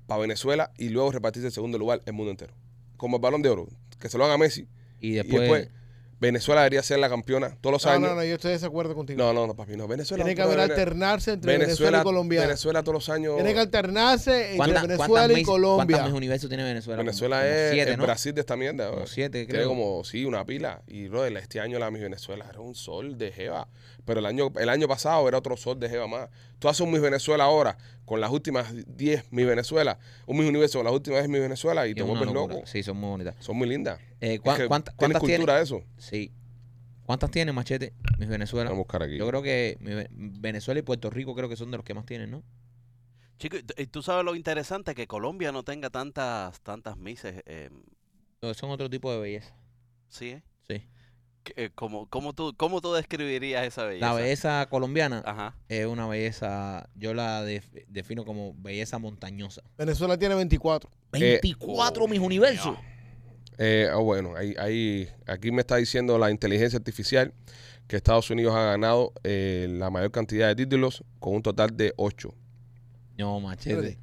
para Venezuela y luego repartirse el segundo lugar el mundo entero. Como el balón de oro. Que se lo haga Messi.
Y
Y después, Venezuela debería ser la campeona todos los
No,
años.
no, no, yo estoy de desacuerdo contigo.
No, no, no, papi, no. Venezuela.
Tiene que
no,
haber
Venezuela-
alternarse entre Venezuela,
Venezuela,
y Colombia.
Venezuela todos los años.
Tiene que alternarse entre
¿Cuánta-
Venezuela y
Miss-
Colombia.
¿Cuántas mis universos tiene Venezuela? Como-
Venezuela
como
es
siete,
el
¿no?
Brasil de esta mierda.
Como
bro.
siete,
Tiene
creo.
como, sí, una pila. Y, brother, este año la Miss Venezuela era un sol de jeva. Pero el año, el año pasado era otro sol de jeva más. Tú haces un Miss Venezuela ahora con las últimas 10 Miss Venezuela. Un Miss Universo con las últimas 10 Miss Venezuela y
Es
te
una
vuelves
locura.
loco.
Sí, son muy bonitas.
Son muy lindas.
Eh,
Es
¿cuán-
que
cuánta-
¿Tienes
¿Cuántas tiene?
cultura de eso?
Sí. ¿Cuántas tiene Machete, Miss Venezuela?
Vamos a buscar aquí.
Yo creo que mi Ve- Venezuela y Puerto Rico creo que son de los que más tienen, ¿no?
Chico, y tú- y tú sabes lo interesante que Colombia no tenga tantas tantas mises. eh,
No, Son otro tipo de belleza.
sí, ¿eh?
Sí.
Que, eh, ¿Cómo, cómo tú, ¿Cómo tú describirías esa belleza?
La belleza Ah. colombiana
Ajá.
es una belleza, yo la def- defino como belleza montañosa.
Venezuela tiene 24.
Eh,
24 mis
oh,
universos.
mío.
Eh, ah, bueno, ahí, ahí- aquí me está diciendo la inteligencia artificial que Estados Unidos ha ganado eh, la mayor cantidad de títulos con un total de 8.
No, Machete.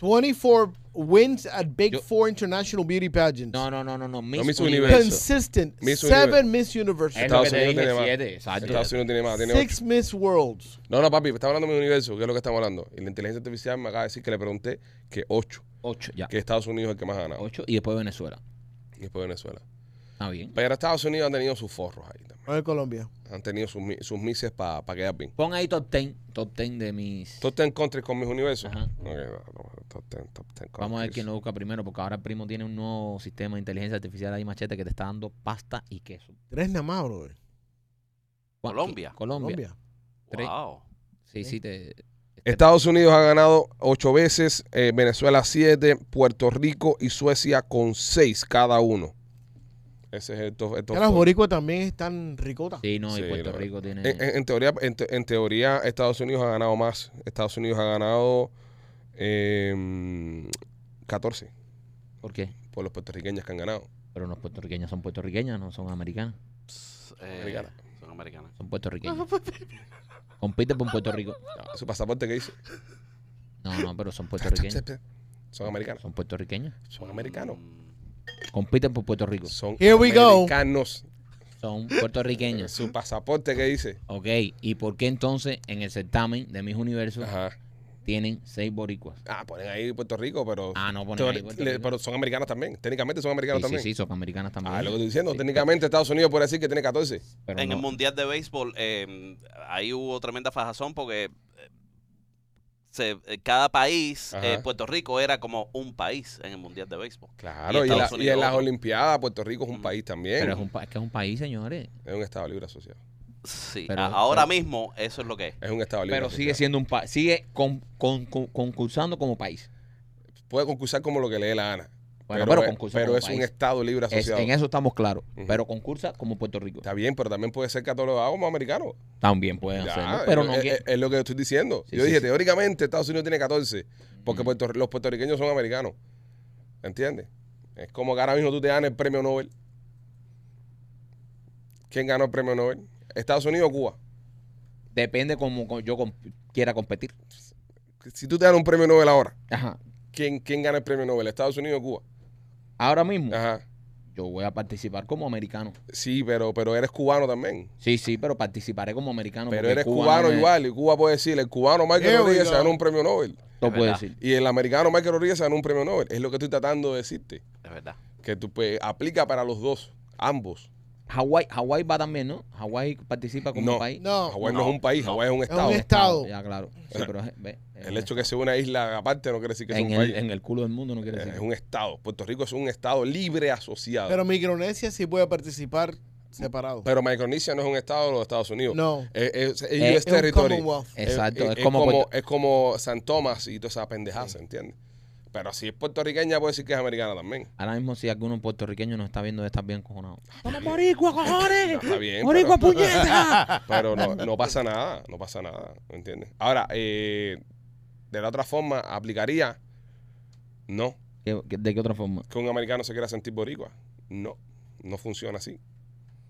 24 wins at Big
Yo-
Four International Beauty Pageants.
No, no, no, no, no. Miss,
No, Miss
Universo.
Universo.
Consistent.
Miss
seven Miss Universe.
Es lo
Estados
que te
Unidos
dije,
tiene más.
siete, exacto.
Estados Unidos tiene más, Ah, tiene
Six Miss Worlds.
8. No, no, papi, está hablando de mi universo, que es lo que estamos hablando. Y la inteligencia artificial me acaba de decir que le pregunté que 8,
Ocho, ya.
que Estados Unidos es el que más ha ganado,
Ocho y después Venezuela.
y después Venezuela.
Ah, bien.
Pero Estados Unidos han tenido sus forros ahí también.
Voy a ver Colombia.
Han tenido sus, mi- sus mises para quedar bien.
Pon ahí top 10. Top 10 de mis.
Top ten country con mis universos.
Ajá.
Ok, no, no, top ten, top ten
Vamos a ver
countries.
quién lo busca primero, porque ahora el primo tiene un nuevo sistema de inteligencia artificial ahí, machete, que te está dando pasta y queso.
Tres nada más, bro.
Juan-
Colombia.
Colombia.
Colombia.
Tres.
Wow.
Sí, sí, te.
Estados Unidos ha ganado ocho veces, eh, Venezuela siete, Puerto Rico y Suecia con seis cada uno. Ese es el top, el top
Ya las
four.
boricuas también están ricotas.
Sí, no,
Sí, Eh,
y Puerto
no.
Rico tiene.
En, en- en teoría, en, te- en teoría, Estados Unidos ha ganado más. Estados Unidos ha ganado eh, 14
¿Por qué?
por los puertorriqueños que han ganado.
Pero los puertorriqueños son puertorriqueñas, no son americanas.
Pss, eh,
Americana.
Son americanas.
Son puertorriqueños. Compiten por Puerto Rico.
Su pasaporte que dice.
No, no, pero son puertorriqueños.
Son americanos.
Son puertorriqueños.
Son americanos.
Mm,
Compiten por Puerto Rico.
Son
Here we go.
americanos.
Son puertorriqueños.
Su pasaporte que dice.
Ok, ¿y por qué entonces en el certamen de mis universos
Ajá.
tienen seis boricuas?
Ah, ponen ahí Puerto Rico, pero.
Ah, no ponen
teori-
ahí Puerto
le-
Rico.
Pero son americanos también. Técnicamente son
Sí,
americanos
sí,
también.
sí, son americanas también.
Ah, lo que estoy diciendo.
Sí,
técnicamente Estados Unidos puede decir que tiene 14.
pero
En
no-
el Mundial de Béisbol, eh, ahí hubo tremenda fajazón porque eh, se- eh, cada país,
Ajá.
eh, Puerto Rico era como un país en el Mundial de Béisbol.
Claro,
Y
y, en la-
Estados
y
Unidos
en las
otro.
Olimpiadas, Puerto Rico es un
Mm.
país también.
pero es, un, pa- es que es un país, señores.
Es un Estado libre asociado.
Sí,
Pero-
a- ahora
pero-
mismo eso es lo que es.
Es un Estado libre
Pero sigue
asociado.
siendo un país. Sigue con- con- con- concursando como país.
Puede concursar como lo que le dé la gana.
Bueno,
pero
pero
es-
concursa
pero
como
es un
país.
Estado libre
Es-
asociado.
en eso estamos claros.
Ujú.
Pero concursa como Puerto Rico.
Está bien, pero también puede ser catalogado como americano.
También pueden
Ya, eh,
hacerlo. Pero
es,
no
es-
quiere-
es lo que estoy diciendo.
Sí,
Yo
sí,
dije,
sí.
teóricamente Estados Unidos tiene 14, porque
Ujú.
puerto- los puertorriqueños son americanos. ¿Entiendes? Es como que ahora mismo tú te ganas el premio Nobel. ¿Quién ganó el premio Nobel? ¿Estados Unidos o Cuba?
depende como co- yo comp- quiera competir.
Si tú te ganas un premio Nobel ahora,
Ajá.
¿quién, quién gana el premio Nobel? ¿Estados Unidos o Cuba?
Ahora mismo
Ajá.
yo voy a participar como americano.
Sí, pero, pero eres cubano también.
Sí, sí, pero participaré como americano.
Pero
porque
eres
Cuba no
cubano
me-
igual y Cuba puede decir, el cubano Michael
Here we
Rodríguez se
go.
ganó un premio Nobel
No
Es
puedo
verdad.
decir.
y el americano Michael Rodríguez se ganó un premio Nobel. Es lo que estoy tratando de decirte,
Es verdad.
que tú pues, aplica para los dos, ambos.
Hawái, Hawái va también, ¿no? Hawái participa como
No.
país.
No,
Hawái no,
no,
es un país,
no.
Hawái es un
Es un
estado.
est- Estado.
Ya, claro. Sí, pero es- ve, es
el
un
hecho que sea una isla aparte no quiere decir que sea
en
un
el,
país. Eh,
en el culo del mundo no quiere decir.
es un estado. Puerto Rico es un estado libre asociado.
pero
Pero,
Micronesia sí puede participar separado.
Micronesia no es un estado de los Estados Unidos.
no.
Eh, eh, Es, es
Eh,
US
Es un
territory.
Commonwealth.
Es-
Exacto,
es-
es
es
como
como,
Puerto-
es como San Tomás y toda esa pendejada, ¿se entiende? Pero si es puertorriqueña, puede decir que es americana también.
Ahora mismo si alguno puertorriqueño nos está viendo, está bien cojonado.
No, está bien. pero, pero no, no pasa nada, no pasa nada, ¿me entiendes? Ahora, eh, de la otra forma, aplicaría, no,
¿Qué- qué- ¿De qué otra forma?
que un americano se quiera sentir boricua. No, no funciona así.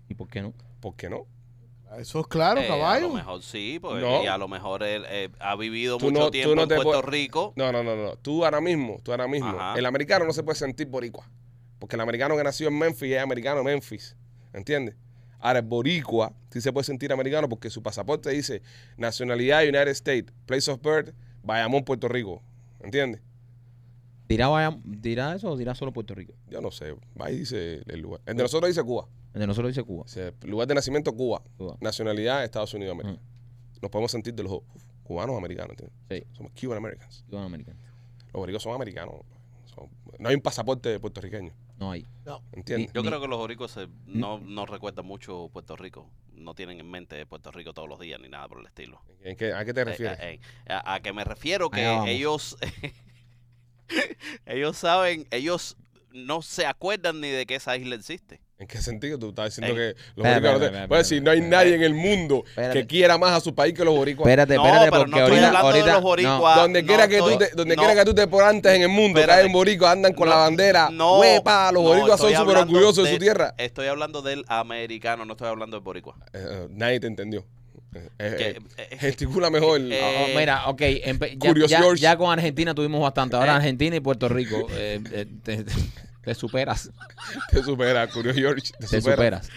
¿Y por qué no?
¿Por qué no?
Eso es claro,
Eh, A
caballo.
lo mejor sí, porque
No.
y a lo mejor él eh, ha vivido
Tú
mucho
no- tú
tiempo
no
en
te
Puerto
puedes-
Rico.
No, no, no, no. Tú ahora mismo, tú ahora mismo,
Ajá.
el americano no se puede sentir boricua. Porque el americano que nació en Memphis es americano de Memphis. ¿Entiendes? Ahora, el boricua sí se puede sentir americano porque su pasaporte dice nacionalidad United States, place of birth, Bayamón, Puerto Rico. ¿Entiendes?
¿Dirá, Bayam- dirá eso o dirá solo Puerto Rico?
Yo no sé, ahí dice el lugar. El de nosotros dice Cuba.
El de nosotros dice Cuba.
Dice, lugar de nacimiento Cuba.
Cuba. Mm,
Nacionalidad Estados Unidos de América.
Ujú.
Nos podemos sentir de los dos. Cubanos americanos, ¿entiendes?
Sí,
Somos Cuban Americans.
Cuba americano.
Los boricos son americanos. Son- no hay un pasaporte puertorriqueño.
No hay.
¿Entiendes?
Yo
Ni-
creo que los oricos se- no, no recuerdan mucho Puerto Rico. No tienen en mente Puerto Rico todos los días ni nada por el estilo.
¿En qué- ¿A qué te
Eh,
refieres?
eh, eh, a, a que me refiero que
Allá vamos.
ellos ellos saben, ellos no se acuerdan ni de que esa isla existe.
¿En qué sentido tú estás diciendo
Ey.
que los
Espera,
boricuas no
espera,
te-
espera,
Bueno, si no hay
espera.
nadie en el mundo que
Espérate.
quiera más a su país que los boricuas.
Espérate,
No,
espérate,
pero no
porque
estoy
ahorita.
hablando de
ahorita
los boricuas.
donde
no
quiera que tú
estoy-
te, donde
no,
quiera que tú te porantes en el mundo,
Espérate.
caen boricuas, andan con la
No,
bandera.
no,
¡Huepa! Los
no,
boricuas son
estoy
súper orgullosos de
hablando eh,
su tierra.
Estoy hablando del americano, no estoy hablando del boricua.
Eh, nadie te entendió. Eh, eh,
Que- eh,
gesticula mejor.
eh,
Oh, mira, ok, empe- ya-
Curious
ya,
George.
ya con Argentina tuvimos bastante. Ahora Argentina y Puerto Rico. Eh, eh, te- te- Te superas.
Te supera, Curio George. Te,
Te
supera.
superas.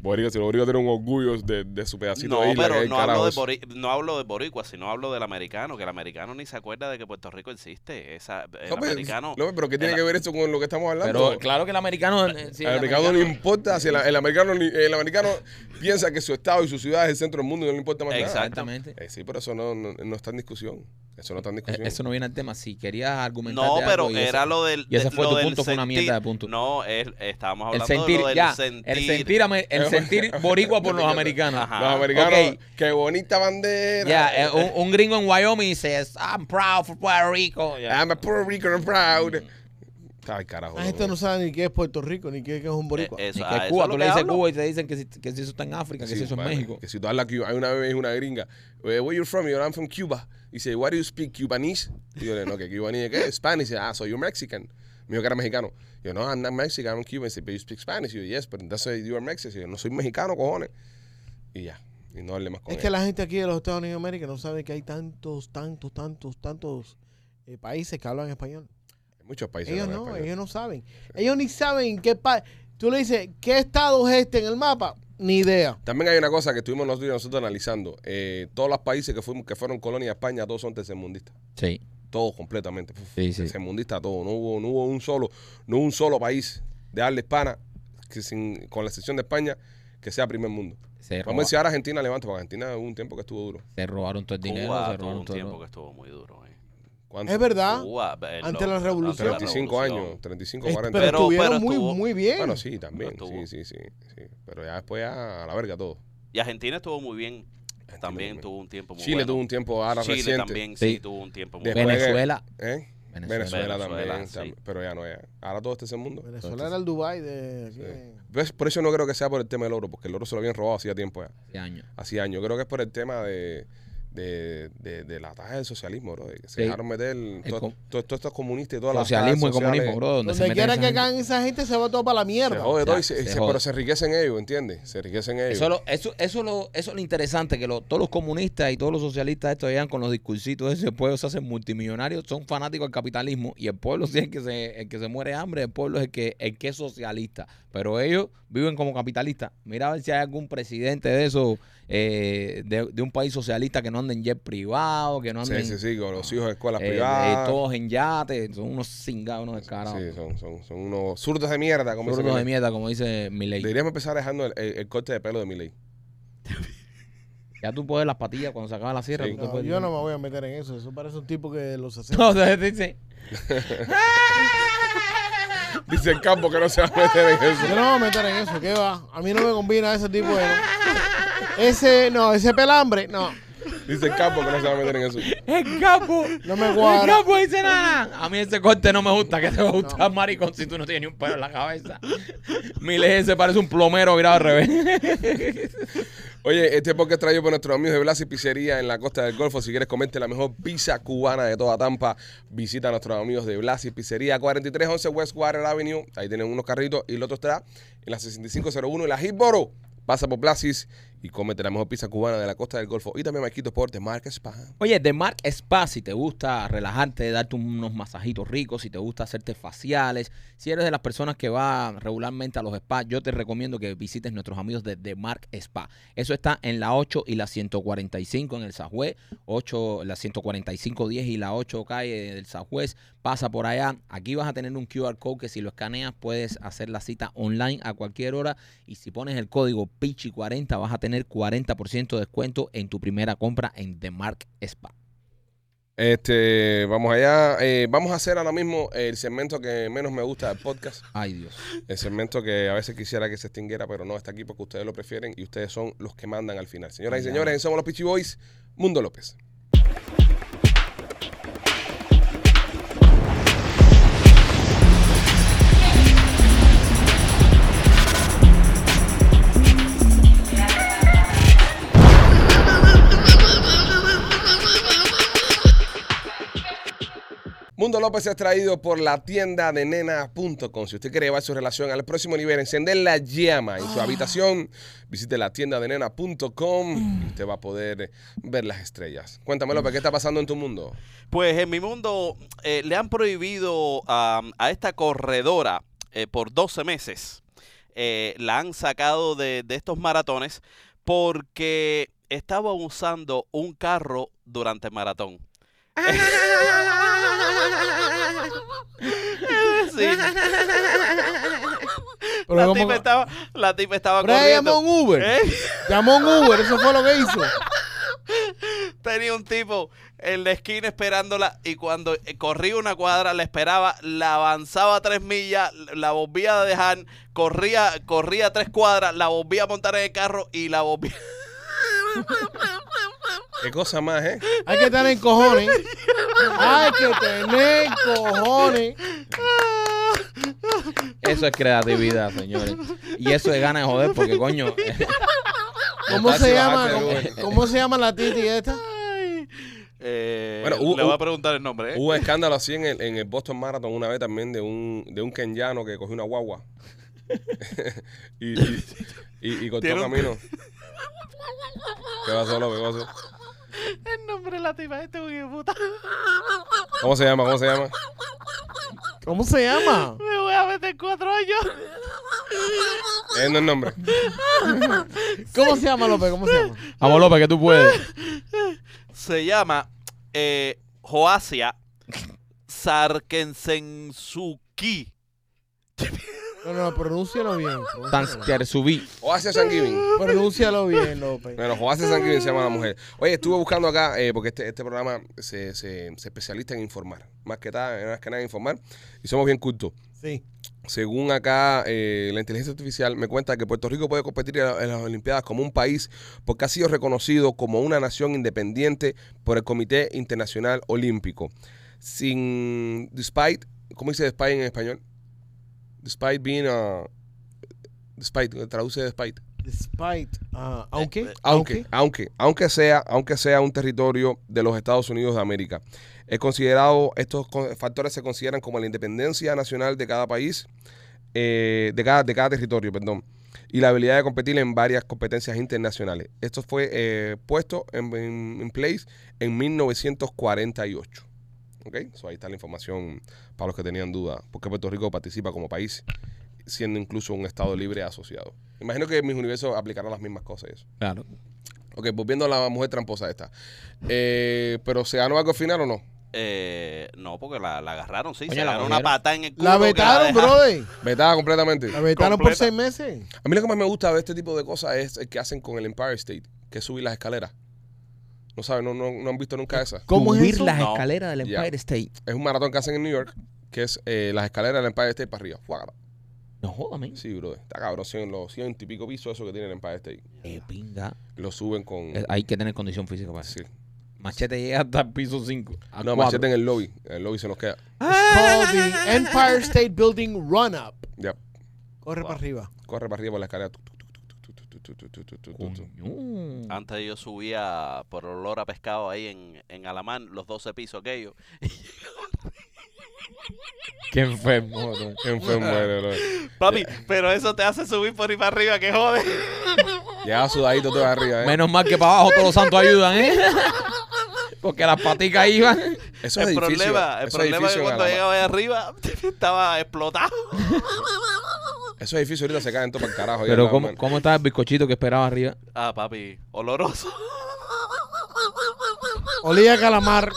Boricua, si los boricuas tienen un orgullo de, de su pedacito
No,
de isla. que
pero
es
no
el
hablo, de
Carabozo.
bori- no hablo de boricua, sino hablo del americano, que el americano ni se acuerda de que Puerto Rico existe. Esa, el
López,
eh, americano... Eh,
López, pues, pero ¿qué tiene
el-
que ver eso con lo que estamos hablando?
Pero claro que el americano. eh, sí,
el, americano no le importa. Si el, el americano, ni- el americano piensa que su estado y su ciudad es el centro del mundo y no le importa más nada.
Exacto.
Exactamente.
Eh, sí, pero eso no, no, no está en discusión. Eso no está en
Eh,
discusión.
Eso no viene al tema. Si querías argumentar.
No,
de
pero
algo y
era
ese-
lo del.
y ese
de-
fue
lo
tu
del
punto, fue una
sentir.
mierda de punto.
No, es, estábamos
El
hablando
sentir,
de lo del
ya.
sentir.
El sentir, amer- el sentir boricua por los americanos.
Ajá.
Los americanos,
Ah, ok.
qué bonita bandera.
Ya, eh, un, un gringo en Wyoming dice, I'm proud for Puerto Rico. Ah, Ya.
I'm a Puerto Rican proud. Ay, carajo.
La gente no sabe ni qué es Puerto Rico, ni qué, qué es un
Eh,
boricua.
Ni
eso-
que
a eso
Cuba,
es lo
tú
que
le dices
hablo.
Cuba y te dicen que si, que si eso está en África, que
Sí,
si eso es
vale,
México.
Que si tú hablas Cuba, hay una vez una gringa, eh, where you from? Y yo, I'm from Cuba. Y dice, why do you speak Cubanese? Y yo, no, que Cubanese, ¿qué? Spanish. Y dice, ah, so you're Mexican. Me dijo que era mexicano. Y yo, no, I'm not Mexican, I'm Cuban. Y dice, but you speak Spanish. Y yo, yes, but that's why you are Mexican. Y yo, no soy mexicano, cojones. Y ya. Y no hablé más con
Es
él.
que la gente aquí de los Estados Unidos de América no sabe que hay tantos, tantos, tantos, tantos eh, países que hablan español.
Hay muchos países.
Ellos
que
no,
hablan español.
ellos no saben. Ellos ni saben en qué país. Tú le dices, ¿qué estado es este en el mapa? Ni idea.
También hay una cosa que estuvimos nosotros, nosotros analizando. Eh, todos los países que, fuimos, que fueron colonia de España, todos son tercermundistas.
Sí.
Todos completamente. Uf,
Sí, sí.
Tercermundistas todos. No hubo, no hubo un solo, no hubo un solo país de habla hispana, que sin, con la excepción de España, que sea primer mundo.
Se, roba-
Vamos a decir ahora Argentina levanta, porque Argentina hubo un tiempo que estuvo duro.
se robaron todo el dinero.
Cuba
se
tuvo
robaron
un
todo el-
tiempo que estuvo muy duro. eh.
¿Cuánto?
Es verdad.
Cuba, eh,
Ante
lo-
Ah, la revolución.
35
revolución.
años, 35,
Es-
40.
pero,
Pero-
estuvieron
pero
muy,
estuvo-
muy bien.
bueno, sí, también.
Pero
Sí,
estuvo.
sí, sí, sí. Pero ya después ya a la verga todo.
Y Argentina estuvo muy bien. También
muy
tuvo un tiempo muy
Chile
bueno.
tuvo un tiempo ahora
Chile
reciente.
también sí
Sí.
tuvo un tiempo muy
Después-
bueno.
Venezuela.
¿Eh?
Venezuela.
Venezuela, también,
Venezuela,
tam-
sí.
pero ya no, ya. Ahora todo este mundo.
Venezuela era el Dubái de... aquí.
Sí. ¿Ves? Por eso no creo que sea por el tema del oro, porque el oro se lo habían robado hacía tiempo ya,
Hace años.
hacía años. Creo que es por el tema de, de, de- de la taja del socialismo, bro, de que se
Sí.
dejaron meter to-
com-
to- todos estos comunistas y todas las
Socialismo y
clases sociales.
comunismo, bro. Donde, se
Donde
meten
quiera
esa
que
gente.
hagan esa gente se va todo para la
Se
mierda.
jode todo,
Ya,
y se-
se
y se-
jode.
pero se enriquecen ellos, ¿entiendes? Se enriquecen ellos.
Eso, lo, eso, eso, lo, eso es lo interesante, que lo- todos los comunistas y todos los socialistas estos llegan con los discursitos de ese pueblo, se hacen multimillonarios, son fanáticos del capitalismo y el pueblo sí es el que se, el que se muere de hambre, el pueblo es el que, el que es socialista, pero ellos viven como capitalistas. Mira a ver si hay algún presidente de eso, eh, de, de un país socialista que no anden en jet privado, que no anden
sí, sí, sí, con los hijos de escuelas
eh, eh,
privadas.
todos en yate, son unos cingados, unos descarados.
Sí, son, son, son unos zurdos de mierda, como dice
Zurdos de
Milei.
mierda, como dice Milei.
Deberíamos empezar dejando el, el- el corte de pelo de mi ley.
Ya tú puedes las patillas cuando se acaba la sierra.
Sí.
tú te
No,
puedes-
yo no me voy a meter en eso. Eso parece un tipo que de los 60.
No, o sea, dice,
Dice el campo que no se va a meter en eso.
Yo no me voy a meter en eso, ¿qué va? A mí no me combina ese tipo de... Ese, no, ese pelambre, no,
Dice el campo que no se va a meter en eso.
El capo.
no me cuadra.
El capo dice nada. A mí ese corte no me gusta. Que te va a gustar, maricón, si tú no tienes ni un pelo en la cabeza? Miles se parece un plomero virado al revés.
Oye, este podcast traído por nuestros amigos de Blas y Pizzería en la costa del Golfo. Si quieres comerte la mejor pizza cubana de toda Tampa, visita a nuestros amigos de Blas y Pizzería 4311 West Water Avenue. Ahí tienen unos carritos y el otro está en la 6501 y la Hillboro. Pasa por Blasis y cómete la mejor pizza cubana de la costa del Golfo. Y también Maquito Sport de Marca Spa.
Oye, de Mark Spa, si te gusta relajarte, darte unos masajitos ricos, si te gusta hacerte faciales, si eres de las personas que va regularmente a los spas, yo te recomiendo que visites nuestros amigos de The Mark Spa. Eso está en la 8 y la 145 en el Sajue, 8, la 145, 10 y la 8 calle del Sajuez. Pasa por allá. Aquí vas a tener un QR code que si lo escaneas puedes hacer la cita online a cualquier hora. Y si pones el código PICHI40 vas a tener 40% de descuento en tu primera compra en The Mark Spa.
Este, vamos allá. Eh, vamos a hacer ahora mismo el segmento que menos me gusta del podcast.
Ay Dios.
El segmento que a veces quisiera que se extinguiera, pero no está aquí porque ustedes lo prefieren y ustedes son los que mandan al final. Señoras y
Ya.
señores, somos los Pichi Boys, Mundo López. Mundo López es traído por la tienda de nena.com. Si usted quiere llevar su relación al próximo nivel, encender la llama en su habitación, visite la tienda de nena.com y usted va a poder ver las estrellas. Cuéntame, López, ¿qué está pasando en tu mundo?
Pues en mi mundo eh, le han prohibido am, a esta corredora eh, por 12 meses, eh, la han sacado de, de estos maratones porque estaba usando un carro durante el maratón. Es decir,
Pero
la,
¿cómo-
tipa estaba, la tipa estaba
Pero ella llamó a
corriendo.
un Uber.
¿Eh?
Llamó a un Uber, eso fue lo que hizo.
Tenía un tipo en la esquina esperándola y cuando eh, corría una cuadra la esperaba, la avanzaba tres millas, la volvía a dejar, corría, corría tres cuadras, la volvía a montar en el carro y la volvía.
Qué cosa más, ¿eh?
Hay que tener cojones. Hay que tener cojones.
Eso es creatividad, señores. Y eso es ganas de joder, porque coño.
¿Cómo
Botarse
se
y
llama?
bajarse de
¿Cómo,
Uber.
cómo se llama la titi esta?
Eh,
Bueno, hubo-
le voy
hubo-
a preguntar el nombre. ¿eh?
Hubo escándalo así en el, en el Boston Marathon una vez también de un, de un kenyano que cogió una guagua. y, y, y- y cortó
Tiene un-
camino. ¿Qué pasó, López? ¿Qué pasó?
El nombre de la tipa, este es un hijo de puta.
¿Cómo se llama? ¿Cómo se llama?
¿Cómo se llama?
Me voy a meter cuatro años.
Eh, no el nombre.
¿Cómo se llama, López? ¿Cómo se llama?
Vamos, López, que tú puedes.
Se llama eh, Joasia Sarkensensuki.
No, no, pronúncialo bien. pronúncialo bien.
subí.
O hace San
Pronúncialo bien, López.
Bueno, Joace Sanguín se llama la mujer. Oye, estuve buscando acá, eh, porque este, este programa se, se, se especializa en informar. Más que, nada, más que nada en informar. Y somos bien cultos.
Sí.
Según acá, eh, la inteligencia artificial me cuenta que Puerto Rico puede competir en, la- en las Olimpiadas como un país porque ha sido reconocido como una nación independiente por el Comité Internacional Olímpico. Sin, despite, ¿cómo dice despite en español? Despite being a, despite, traduce despite.
Despite. ah,
Eh,
aunque.
Aunque, aunque, aunque sea, aunque sea un territorio de los Estados Unidos de América. Es considerado, estos co- factores se consideran como la independencia nacional de cada país, eh, de, cada, de cada territorio, perdón, y la habilidad de competir en varias competencias internacionales. Esto fue eh, puesto en, en- en place en 1948. ¿Ok? So, ahí está la información para los que tenían duda, porque Puerto Rico participa como país, siendo incluso un Estado libre asociado. Imagino que mis universos aplicarán las mismas cosas y eso.
Claro.
Ok, volviendo a la mujer tramposa esta. Eh, ¿Pero se ganó algo al final o no?
Eh, no, porque la, la agarraron, sí.
Coño,
se
la
agarraron una
cogieron.
pata en el culo.
La
que
vetaron,
dejaron-
brother.
Vetada completamente.
La vetaron por
Completa.
seis meses.
A mí lo que más me gusta de este tipo de cosas es el que hacen con el Empire State, que es subir las escaleras. No saben, no, no, no han visto nunca esa.
¿Cómo
subir
es eso?
las
No.
escaleras del
Ya.
Empire State.
Es un maratón que hacen en New York, que es eh, las escaleras del Empire State para arriba. Fuágata.
No jodas, men.
Sí, brother. Está cabrón, cien- los ciento y pico pisos eso que tiene el Empire State.
Qué Eh, pinga.
Lo suben con...
Eh, Hay que tener condición física para eso.
Sí.
Machete llega hasta el piso 5.
No, machete en el lobby. En el lobby se nos queda.
It's called Ah, the Empire State Building Run Up.
Ya.
Corre
Wow.
para arriba.
Corre para arriba por la escalera. Tuc, tuc, tuc, tuc, tuc, tuc, tuc, tuc, tuc, tuc, tuc, tuc.
Ah,
Antes yo subía por olor a pescado ahí en, en Alamán, los 12 pisos aquellos.
Qué enfermo.
Enfermo, eres, brother.
Papi, pero eso te hace subir por ahí para arriba, que jode.
Llegaba sudadito todo arriba, ¿eh?
Menos mal que para abajo todos los santos ayudan, ¿eh? Porque las paticas iban.
Eso es
El
edificio.
problema, el
eso
problema es
edificio
que
en
cuando
Alabama.
llegaba ahí arriba estaba explotado.
Esos edificios ahorita se caen todo para el carajo. ya
Pero
la-
¿cómo,
man.
¿cómo estaba el bizcochito que esperaba arriba?
Ah, papi, oloroso.
Olía a calamar.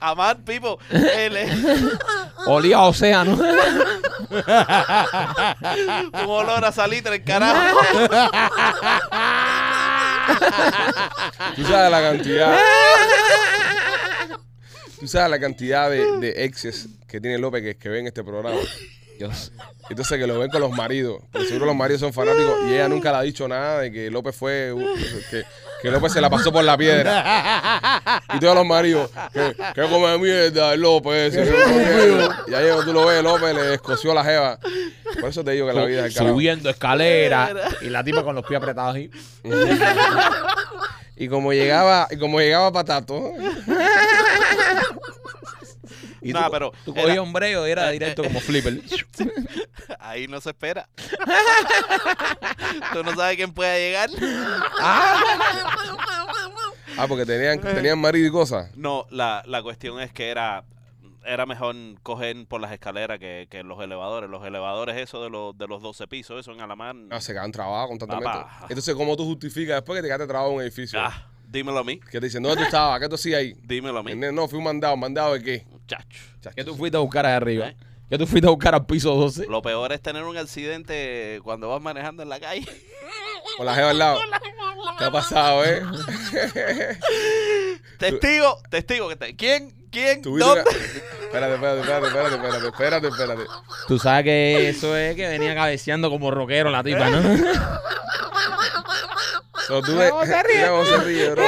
Amar, Pipo. eh, Él es
Olía a océano.
un olor a salitre, el carajo.
Tú sabes la cantidad. Tú sabes la cantidad de, de exes que tiene López que, que ven este programa.
Dios.
Entonces que lo ven con los maridos. Porque seguro los maridos son fanáticos y ella nunca le ha dicho nada de que López fue. uh, que, que López se la pasó por la piedra. Y todos los maridos. Que, que come mierda el López ese, que come mierda. Y ahí cuando tú lo ves, López le escoció la jeva. Por eso te digo que la vida es el carajo.
Subiendo escaleras y la tipa con los pies apretados ahí.
Y como llegaba, y como llegaba patato.
Y
Nah,
tú,
pero
tú
era-
cogías un breo y era directo como flipper.
Ahí no se espera. Tú no sabes quién pueda llegar.
Ah, porque tenían, tenían marido y cosas.
No, la, la cuestión es que era era mejor coger por las escaleras que, que los elevadores. Los elevadores, eso de los, de los 12 pisos, eso en Alamar.
No, se quedan trabados constantemente.
Papá.
Entonces, ¿cómo tú justificas después que te quedaste trabado en un edificio?
Ah, dímelo a mí,
Que te dicen, ¿dónde tú estabas? ¿Qué tú hacías ahí?
dímelo a mí,
Nene, No, fui un mandado. ¿Mandado de qué?
muchacho.
Chacho,
¿Qué tú fuiste a buscar allá arriba?
¿Eh?
¿Qué tú fuiste a buscar al piso 12?
Lo peor es tener un accidente cuando vas manejando en la calle.
Con la jeva al lado. ¿Qué ha pasado, eh?
testigo, testigo que te... ¿Quién? ¿Quién?
Tuviste
¿Dónde?
una- Espérate, espérate, espérate, espérate, espérate, espérate, espérate.
Tú sabes que eso es que venía cabeceando como rockero la tipa, ¿no?
No, tú ves-
cómo se ríe.
Mira cómo se ríe, bro.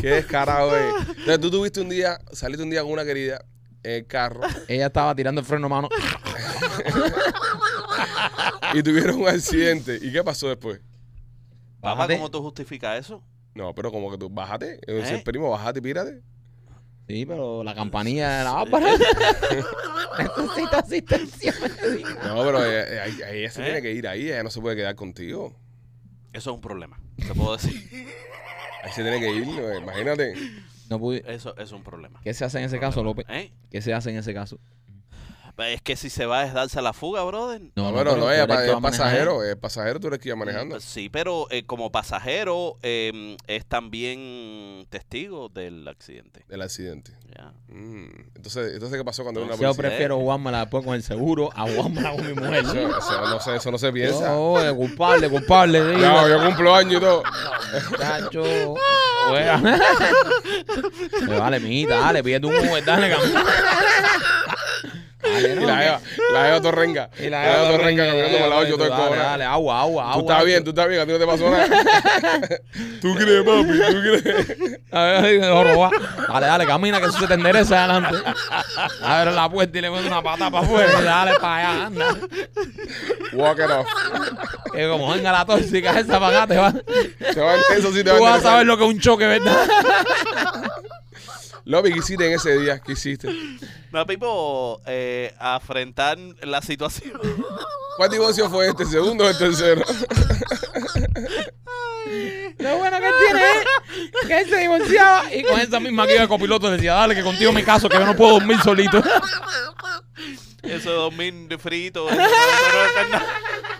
Qué descarado, eh. Entonces, tú tuviste un día, saliste un día con una querida en el carro
Ella estaba tirando el freno a mano.
y tuvieron un accidente. ¿Y qué pasó después?
Papá,
Bájate.
¿cómo tú justificas eso?
No, pero como que tú, bájate. Yo
¿Eh?
soy primo, bájate y pírate.
Sí, pero la campanilla de la Bárbara. Necesita asistencia. médica.
No, pero ella, ella- ella se
¿Eh?
tiene que ir ahí. Ella no se puede quedar contigo.
Eso es un problema, te puedo decir.
Ahí se tiene que ir, ¿no? imagínate.
No pude-
Eso es un problema.
¿Qué se hace en ese caso, López?
¿Eh?
¿Qué se hace en ese caso?
Es que si se va es darse a la fuga, brother.
No,
pero
bueno, no,
tú
ella
eres el
pa-
que
es
va a manejar.
pasajero. Es pasajero, tú eres que iba manejando.
Sí, pero eh, como pasajero eh, es también testigo del accidente.
Del accidente.
Ya.
Mm. Entonces, entonces, ¿qué pasó cuando
Pues
una
Yo
policía?
prefiero jugármela después con el seguro a jugármela con mi mujer.
Eso, eso no se, eso no se piensa.
No, eh, culpable, culpable. digo.
Claro, yo cumplo años y todo.
Muchacho. Juega. Pero Dale, mijita, dale, pídete un Uber, dale, cabrón. Dale,
Y
no,
la jeva, la jeva torrenga.
Y
La
la
jeva
otra
torrenga
ringa,
caminando por la ocho, todo el
Dale,
cojonado.
dale, agua, agua, agua.
Tú estás bien, tú estás bien, a ti no te pasó nada. ¿Tú crees, papi? ¿Tú crees?
A ver, ay, me lo roba. Dale, dale, camina que eso se te endereza adelante. Abre la puerta y le meto una pata para afuera. y Dale para allá, anda.
Walk it off.
Que como venga la tóxica esa para acá, te va.
Te va a- eso sí te va
Tú vas a
interesar.
saber lo que es un choque, ¿verdad?
Lobby, ¿qué hiciste en ese día? ¿Qué hiciste?
No, Pipo, eh, afrentar la situación.
¿Cuál divorcio fue este? ¿El segundo o el tercero?
Lo bueno que él tiene es que él se divorciaba y con esa misma guía de copiloto decía, dale que contigo me caso, que yo no puedo dormir solito.
Eso de dormir de frito. eso no- eso no- no-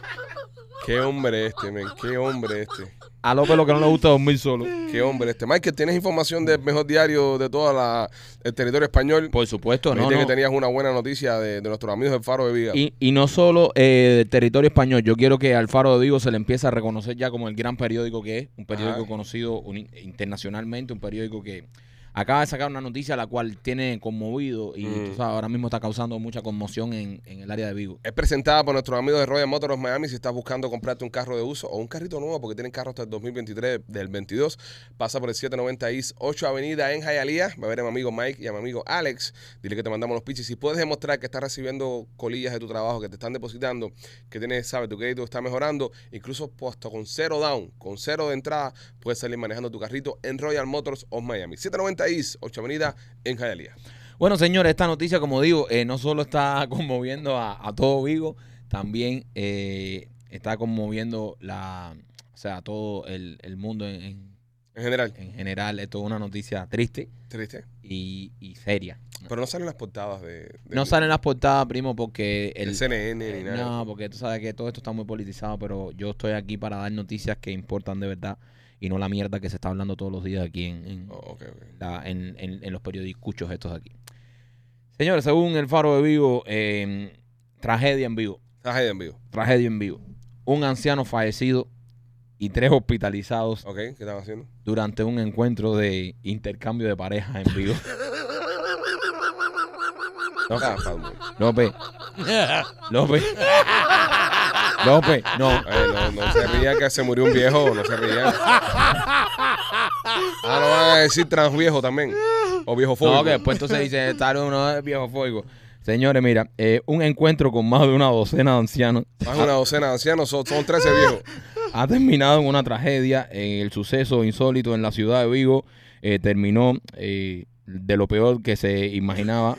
Qué hombre este, men. Qué hombre este.
A López lo que no le gusta es dormir solo.
Qué hombre este. Michael, ¿tienes información del mejor diario de todo el territorio español?
Por supuesto,
Me
no.
dijiste
no.
que tenías una buena noticia de, de nuestros amigos del Faro de Viga.
Y, y no solo eh, del territorio español, yo quiero que al Faro de Vigo se le empiece a reconocer ya como el gran periódico que es, un periódico
Ajá.
conocido uni- internacionalmente, un periódico que acaba de sacar una noticia la cual tiene conmovido y
Mm.
tú sabes, ahora mismo está causando mucha conmoción en, en el área de Vigo.
Es presentada por nuestros amigos de Royal Motors Miami. Si estás buscando comprarte un carro de uso o un carrito nuevo, porque tienen carro hasta el 2023 del 22, pasa por el 790 East 8 Avenida en Hialeah. Va a ver a mi amigo Mike y a mi amigo Alex. Dile que te mandamos los pitches. Si puedes demostrar que estás recibiendo colillas de tu trabajo, que te están depositando, que tienes, sabes, tu crédito está mejorando, incluso puesto con cero down, con cero de entrada, puedes salir manejando tu carrito en Royal Motors of Miami. 790 East 8 Avenida en Hialeah.
Bueno, señores, esta noticia, como digo, eh, no solo está conmoviendo a, a todo Vigo, también eh, está conmoviendo la, o sea, a todo el, el mundo en, en-
En general,
en general. Esto es una noticia triste
triste.
y, y seria.
Pero no salen las portadas de. de-
No salen las portadas, primo, porque
de
el,
CNN ni
eh,
nada.
no, porque tú sabes que todo esto está muy politizado, pero yo estoy aquí para dar noticias que importan de verdad y no la mierda que se está hablando todos los días aquí en, en-
Oh, ok, ok.
la- en, en- en los periodicuchos estos de aquí. Señores, según el Faro de Vigo, eh, tragedia en vivo,
Tragedia en vivo.
tragedia en vivo. Un anciano fallecido y tres hospitalizados
Ok, ¿qué están haciendo?
durante un encuentro de intercambio de parejas en vivo.
No, ah, Fatboy.
López. López. López, no.
Oye, no, no se rían que se murió un viejo, no se rían. Ah, no van a decir trans viejo también. O viejo fóbico.
No, que pues, después entonces dice, estar uno de viejo fuego. Señores, mira, eh, un encuentro con más de una docena de ancianos
Más de una docena de ancianos, son, son 13 viejos.
ha terminado en una tragedia. Eh, el suceso insólito en la ciudad de Vigo eh, terminó eh, de lo peor que se imaginaba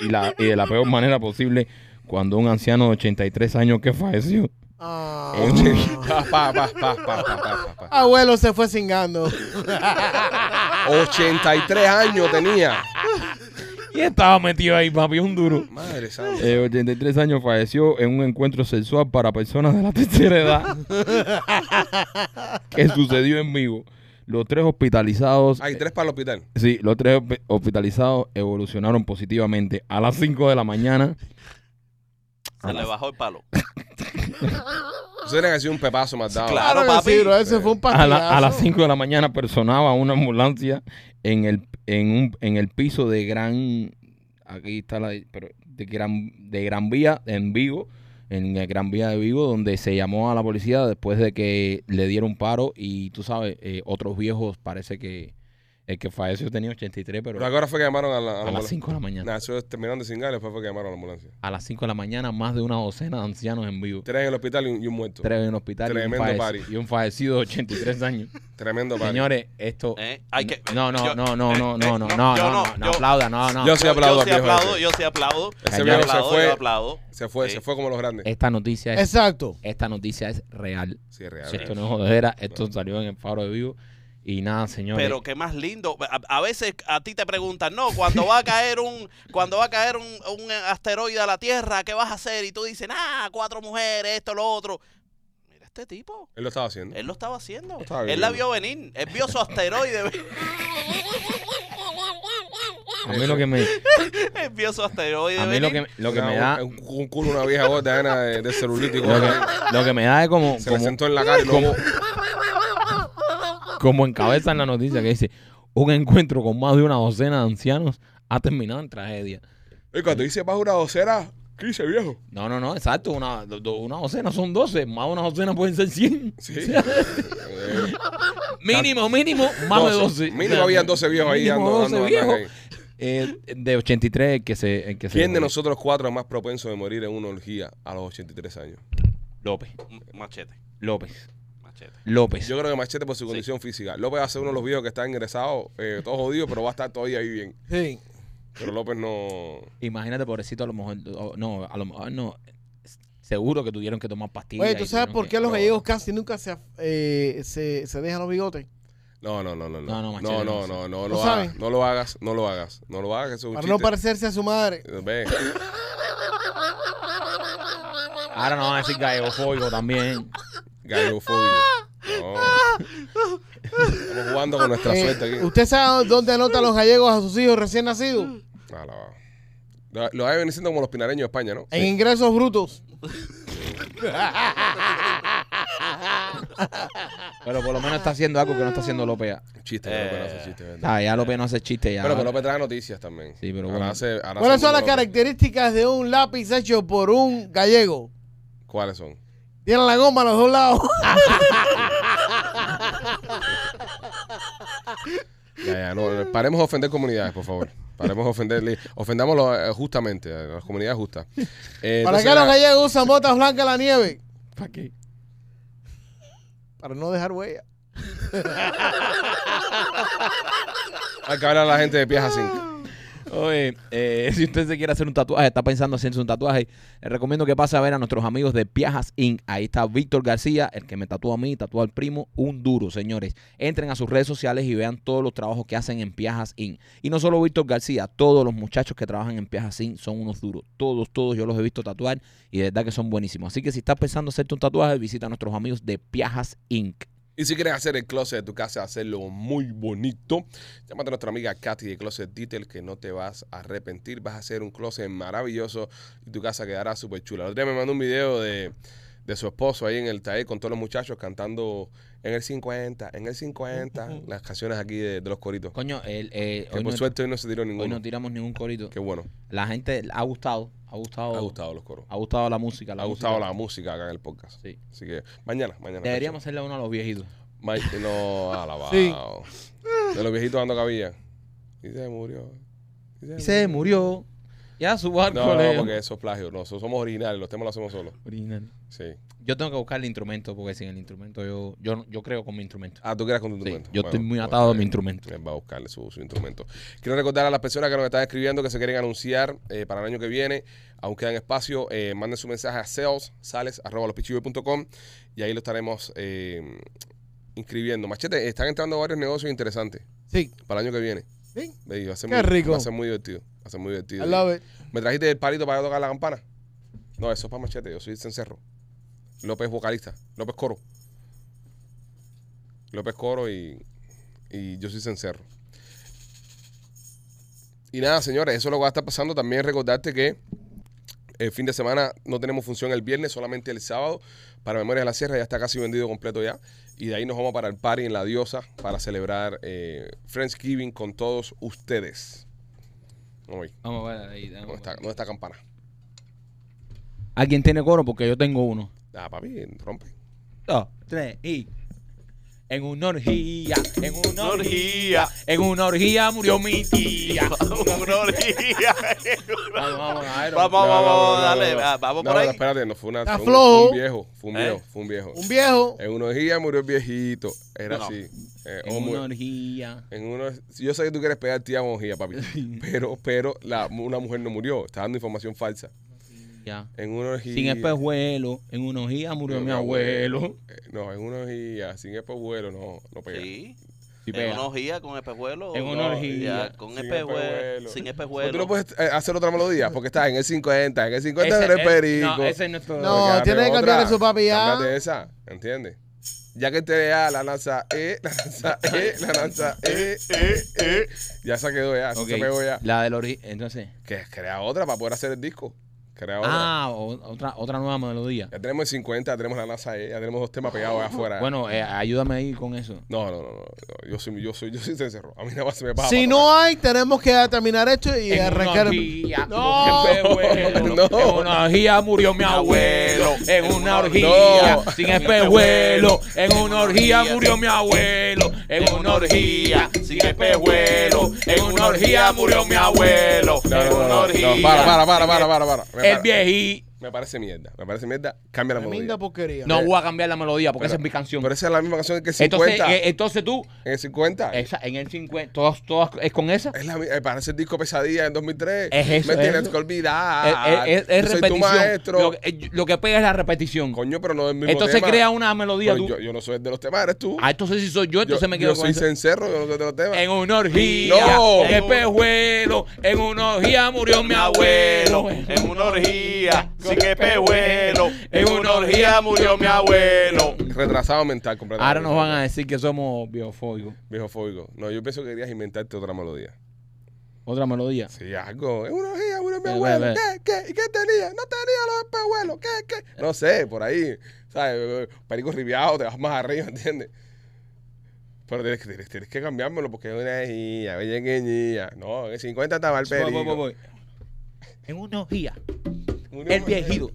y, la- y de la peor manera posible cuando un anciano de 83 años que falleció.
Ah,
Pa, pa, pa, pa, pa, pa, pa, pa, pa.
abuelo se fue cingando.
83 años tenía.
Y estaba metido ahí, papi, un duro.
Madre santa.
Eh, 83 años falleció en un encuentro sexual para personas de la tercera edad que sucedió en vivo. Los tres hospitalizados, eh,
Hay tres para el hospital.
sí, los tres hospi- hospitalizados evolucionaron positivamente a las 5 de la mañana.
Se le bajó el palo.
Ustedes han sido un pepazo más dado.
Claro,
que
papi.
sí, bro, ese fue un
A, la- a las
pastillazo.
5 de la mañana personaba una ambulancia en el en un en el piso de Gran aquí está la pero de Gran de Gran Vía en Vigo, en el Gran Vía de Vigo donde se llamó a la policía después de que le dieron paro y tú sabes, eh, otros viejos parece que el que falleció tenía 83, pero
Pero ahora fue que llamaron a la,
a las 5 de la mañana.
Nah, eso es terminando de cingar, después fue que llamaron a la ambulancia.
A las 5 de la mañana más de una docena de ancianos en vivo.
Tres en el hospital y un, y un muerto.
Tres en el hospital y un,
Tremendo
fallec-
party.
y un fallecido de 83 años.
Tremendo padre.
Señores, esto.
Eh, hay que-
no, no,
yo-
no, no,
eh,
no,
eh,
no, no, no,
no,
no,
yo
no,
no,
no,
yo-
aplaudo, no, no.
Yo sí aplaudo
yo
al
sí
viejo
aplaudo,
ese.
yo sí aplaudo.
Ese
Yo
viejo se
aplaudo,
fue.
yo aplaudo.
Se fue,
Sí.
se fue como los grandes.
Esta noticia es,
Exacto.
esta noticia es real.
Sí, es real.
Si esto no es jodedera, esto salió en el faro de vivo. Y nada, señores.
Pero qué más lindo. A, a veces a ti te preguntan, no, cuando va a caer un, cuando va a caer un, un asteroide a la Tierra, ¿qué vas a hacer? Y tú dices, ah, cuatro mujeres, esto, lo otro. Mira este tipo.
Él lo estaba haciendo.
Él lo estaba haciendo.
estaba
él la
viviendo.
vio venir. Él vio su asteroide.
a mí lo que me,
él vio su asteroide.
a mí lo
venir.
que, lo que
Una-
me da,
Un, un culo, una vieja gota llena de, de celulítico.
lo que, lo que me da es como,
se le
como,
sentó en la cara y luego.
como encabeza en la noticia que dice, un encuentro con más de una docena de ancianos ha terminado en tragedia.
Y cuando dice bajo una docera, ¿qué dice viejo?
No, no, no, exacto, una, do- do- una docena son 12, más de una docena pueden ser 100.
Sí. Eh,
Mínimo, mínimo, más de 12. O
Mínimo
sea,
habían 12 viejos ahí
mínimo
dando,
12
dando
viejos.
ataque ahí.
Eh, de 83 el que se... el que se
¿Quién de
murió.
nosotros cuatro es más propenso de morir en una orgía a los 83 años?
López.
Machete,
López.
machete.
López.
Yo creo que Machete por su condición física. López va a ser uno de los viejos que está ingresado, eh, todo jodido, pero va a estar todavía ahí bien.
Sí.
Pero López no.
Imagínate, pobrecito, a lo mejor... o- No, a lo mejor no. Seguro que tuvieron que tomar pastillas.
Oye, ¿tú
y
sabes
tuvieron
por
que-
qué los
no,
gallegos casi nunca se, eh, se, se dejan los bigotes?
No, no, no, no, no.
No, no,
No,
Machete,
no, no,
no.
no,
¿Lo
lo
sabe?
hagas. No lo hagas, no lo hagas. No lo hagas, eso es un
Para no
chiste.
parecerse a su madre.
Ve.
Ahora nos van a decir gallegofóbico también.
Gallofóbico. No. Estamos jugando con nuestra
Eh,
suerte aquí.
¿Usted sabe dónde anotan los gallegos a sus hijos recién nacidos?
Ah, la va. Lo- Lo deben venir siendo como los pinareños de España, ¿no?
En ingresos brutos.
Pero por lo menos está haciendo algo que no está haciendo López. ya.
Chiste,
Eh.
López no hace chistes, ¿verdad?
Ah, ya López no hace chiste ya.
Pero que López trae noticias también.
Sí, pero
Ahora
bueno.
hace- ahora hace
¿Cuáles son las
mundo López.
características de un lápiz hecho por un gallego?
¿Cuáles son?
Tiene la goma a los dos lados.
Ya, ya, no, no, paremos de ofender comunidades, por favor. Paremos de ofenderle. Ofendámoslo eh, justamente, a las comunidades justas. Eh,
¿Para
entonces,
qué
la-
los gallegos usan botas blancas en la nieve?
¿Para qué?
Para no dejar huella.
Hay que hablar a la gente de pies así.
Oye, eh, si usted se quiere hacer un tatuaje, está pensando hacerse un tatuaje, le recomiendo que pase a ver a nuestros amigos de Piajas Inc. Ahí está Víctor García, el que me tatúa a mí, tatúa al primo, un duro, señores. Entren a sus redes sociales y vean todos los trabajos que hacen en Piajas Inc. Y no solo Víctor García, todos los muchachos que trabajan en Piajas Inc. son unos duros. Todos, todos, yo los he visto tatuar y de verdad que son buenísimos. Así que si estás pensando hacerte un tatuaje, visita a nuestros amigos de Piajas Inc.
Y si quieres hacer el closet de tu casa, hacerlo muy bonito, llámate a nuestra amiga Katy de Closet Detail que no te vas a arrepentir. Vas a hacer un closet maravilloso y tu casa quedará súper chula. El otro día me mandó un video de, de su esposo ahí en el taller con todos los muchachos cantando en el 50, en el 50, las canciones aquí de, de los coritos.
Coño, el, eh,
Que
hoy,
por
no,
suerte hoy no se tiró
hoy
ninguno.
no tiramos ningún corito.
Qué bueno.
La gente ha gustado, ha gustado,
Ha gustado los coros.
ha gustado la música. Oh. Ah, La
ha
música.
gustado la música acá en el podcast.
Sí.
Así que mañana, mañana.
Deberíamos hacerle uno a los viejitos.
Ma- no, alabado.
Sí.
De los viejitos dando cabilla. Y se murió.
Y se murió. Ya su barco
No,
le-
porque eso es plagio. Nosotros somos originales, los temas los hacemos solos. Sí.
Yo tengo que buscar el instrumento porque sin el instrumento yo, yo, yo creo con mi instrumento.
Ah, tú quieras con tu
Sí,
instrumento.
yo
Bueno,
estoy muy
bueno,
atado a
está
mi
bien.
instrumento.
Él va a buscarle su, su instrumento. Quiero recordar a las personas que nos están escribiendo que se quieren anunciar eh, para el año que viene. Aún quedan espacio. eh, manden su mensaje a sales, sales, arroba lospichiboy.com y ahí lo estaremos eh, inscribiendo. Machete, están entrando varios negocios interesantes
Sí.
para el año que viene.
Sí.
Ve, y va a ser
Qué
muy,
rico.
Va a ser muy divertido. Va a ser muy divertido.
I love it.
¿Me trajiste el palito para tocar la campana? No, eso es para machete. Yo soy Cencerro. López vocalista. López Coro. López Coro y, y yo soy Cencerro. Y nada, señores, eso es lo que va a estar pasando. También recordarte que el fin de semana no tenemos función el viernes, solamente el sábado. Para Memorias de la Sierra ya está casi vendido completo ya. Y de ahí nos vamos para el party en La Diosa para celebrar eh, Friendsgiving con todos ustedes. No voy.
Vamos a ver ahí. vamos
¿Dónde
a
está,
ver.
dónde está campana?
¿Alguien tiene coro? Porque yo tengo uno.
Ah, papi, rompe.
dos, tres y. En una orgía, en una
Una orgía.
orgía, en una orgía murió mi tía.
Una orgía.
Vamos, vamos, a ver,
Vamos,
No, no,
vamos,
no, no,
dale,
no, no.
va- vamos
No,
por
no,
ahí.
espérate, no fue una.
Está
fue un- fue
flojo.
un viejo, fue un
¿Eh?
viejo, fue un viejo.
Un viejo.
En una orgía murió el viejito. Era
No.
así. Eh, o
En
mu-
una orgía.
en uno- yo sé que tú quieres pegar tía con orgía, papi. pero pero la, una mujer no murió. Está dando información falsa.
ya.
En una orgía.
Sin espejuelo, en una orgía murió mi abuelo.
Eh, No, en una orgía, sin espejuelo, no, no pega.
Sí.
Sí,
En
pega.
una orgía con espejuelo.
En una
No,
orgía.
ya, Con
Sin
espejuelo.
espejuelo.
Sin
Pero
espejuelo.
tú no puedes eh, hacer otra melodía porque estás en el 50, en el 50
Ese-
eres
eh,
perico.
No, ese es nuestro.
No. tienes que cambiar eso, papi, ¿ah? ya.
de esa, ¿entiendes? Ya que te da la lanza, eh, la lanza, eh, la lanza, eh, eh, eh. Ya se quedó ya,
Ok,
se pegó ya.
La del ori- Entonces.
Que crea otra para poder hacer el disco. Crea otra.
Ah, o- otra, otra nueva melodía.
Ya tenemos el 50, ya tenemos la lanza, eh, ya tenemos dos temas pegados allá afuera.
Bueno, eh, ayúdame ahí con eso.
No, no, no, no, no. Yo soy, yo soy, yo soy cencerro. A mí nada más se me pasa.
Si no hay, tenemos que terminar esto y
En una
arrancar. el-
orgía,
No.
porque fue bueno.
No.
En una orgía murió mi abuelo. En una orgía
No.
sin espejuelo. En una orgía murió mi abuelo. En una orgía sin espejuelo. En una orgía murió mi abuelo.
No,
En
no,
una
no, no,
orgía.
no, para, para, para, para, para, para. Me,
El
para-
viejí.
me parece mierda, me parece mierda. Cambia la melodía.
Tremenda porquería.
No voy a cambiar la melodía porque
Pero-
esa es mi canción.
Pero esa es la misma canción que el 50.
Entonces, eh, entonces tú,
en el 50.
esa, en el 50, todas, todas, es con esa.
Es la, mi- eh, parece el disco Pesadilla en 2003.
Es eso,
Me
es
tienes
eso.
que
Es,
olvidar.
es- es
Yo soy tu
repetición.
maestro.
Lo, que- lo que pega es la repetición.
Coño, pero no es el mismo
Entonces
tema.
crea una melodía
Pero
tú.
yo, yo no soy el de los temas, eres tú.
Ah, entonces si soy yo,
yo,
entonces me quedo
yo
con
soy
eso.
cencerro, yo no soy de los temas.
En una orgía,
No.
en espejuelo, en una orgía murió mi abuelo.
En una orgía. Sin espejuelo. En una orgía murió mi abuelo.
Retrasado mental completamente.
Ahora nos van a decir que somos biofóbicos.
Viejo fóbico. No, yo pienso que querías inventarte otra melodía.
Otra melodía.
Sí, algo. Es una orgía, una mi
Eh,
abuelo.
ve, ve.
¿Qué? ¿Qué? ¿Y qué tenía? No tenía los espejuelos. ¿Qué? ¿Qué? No sé, por ahí. ¿Sabes? Perico ribiado, te vas más arriba, ¿entiendes? Pero tienes, que- tienes, tienes que cambiármelo porque es una orgía, oye, que niña. No, en el 50 estaba el perico.
Voy, voy, voy. En una orgía,
Una
el
orgía.
viejito,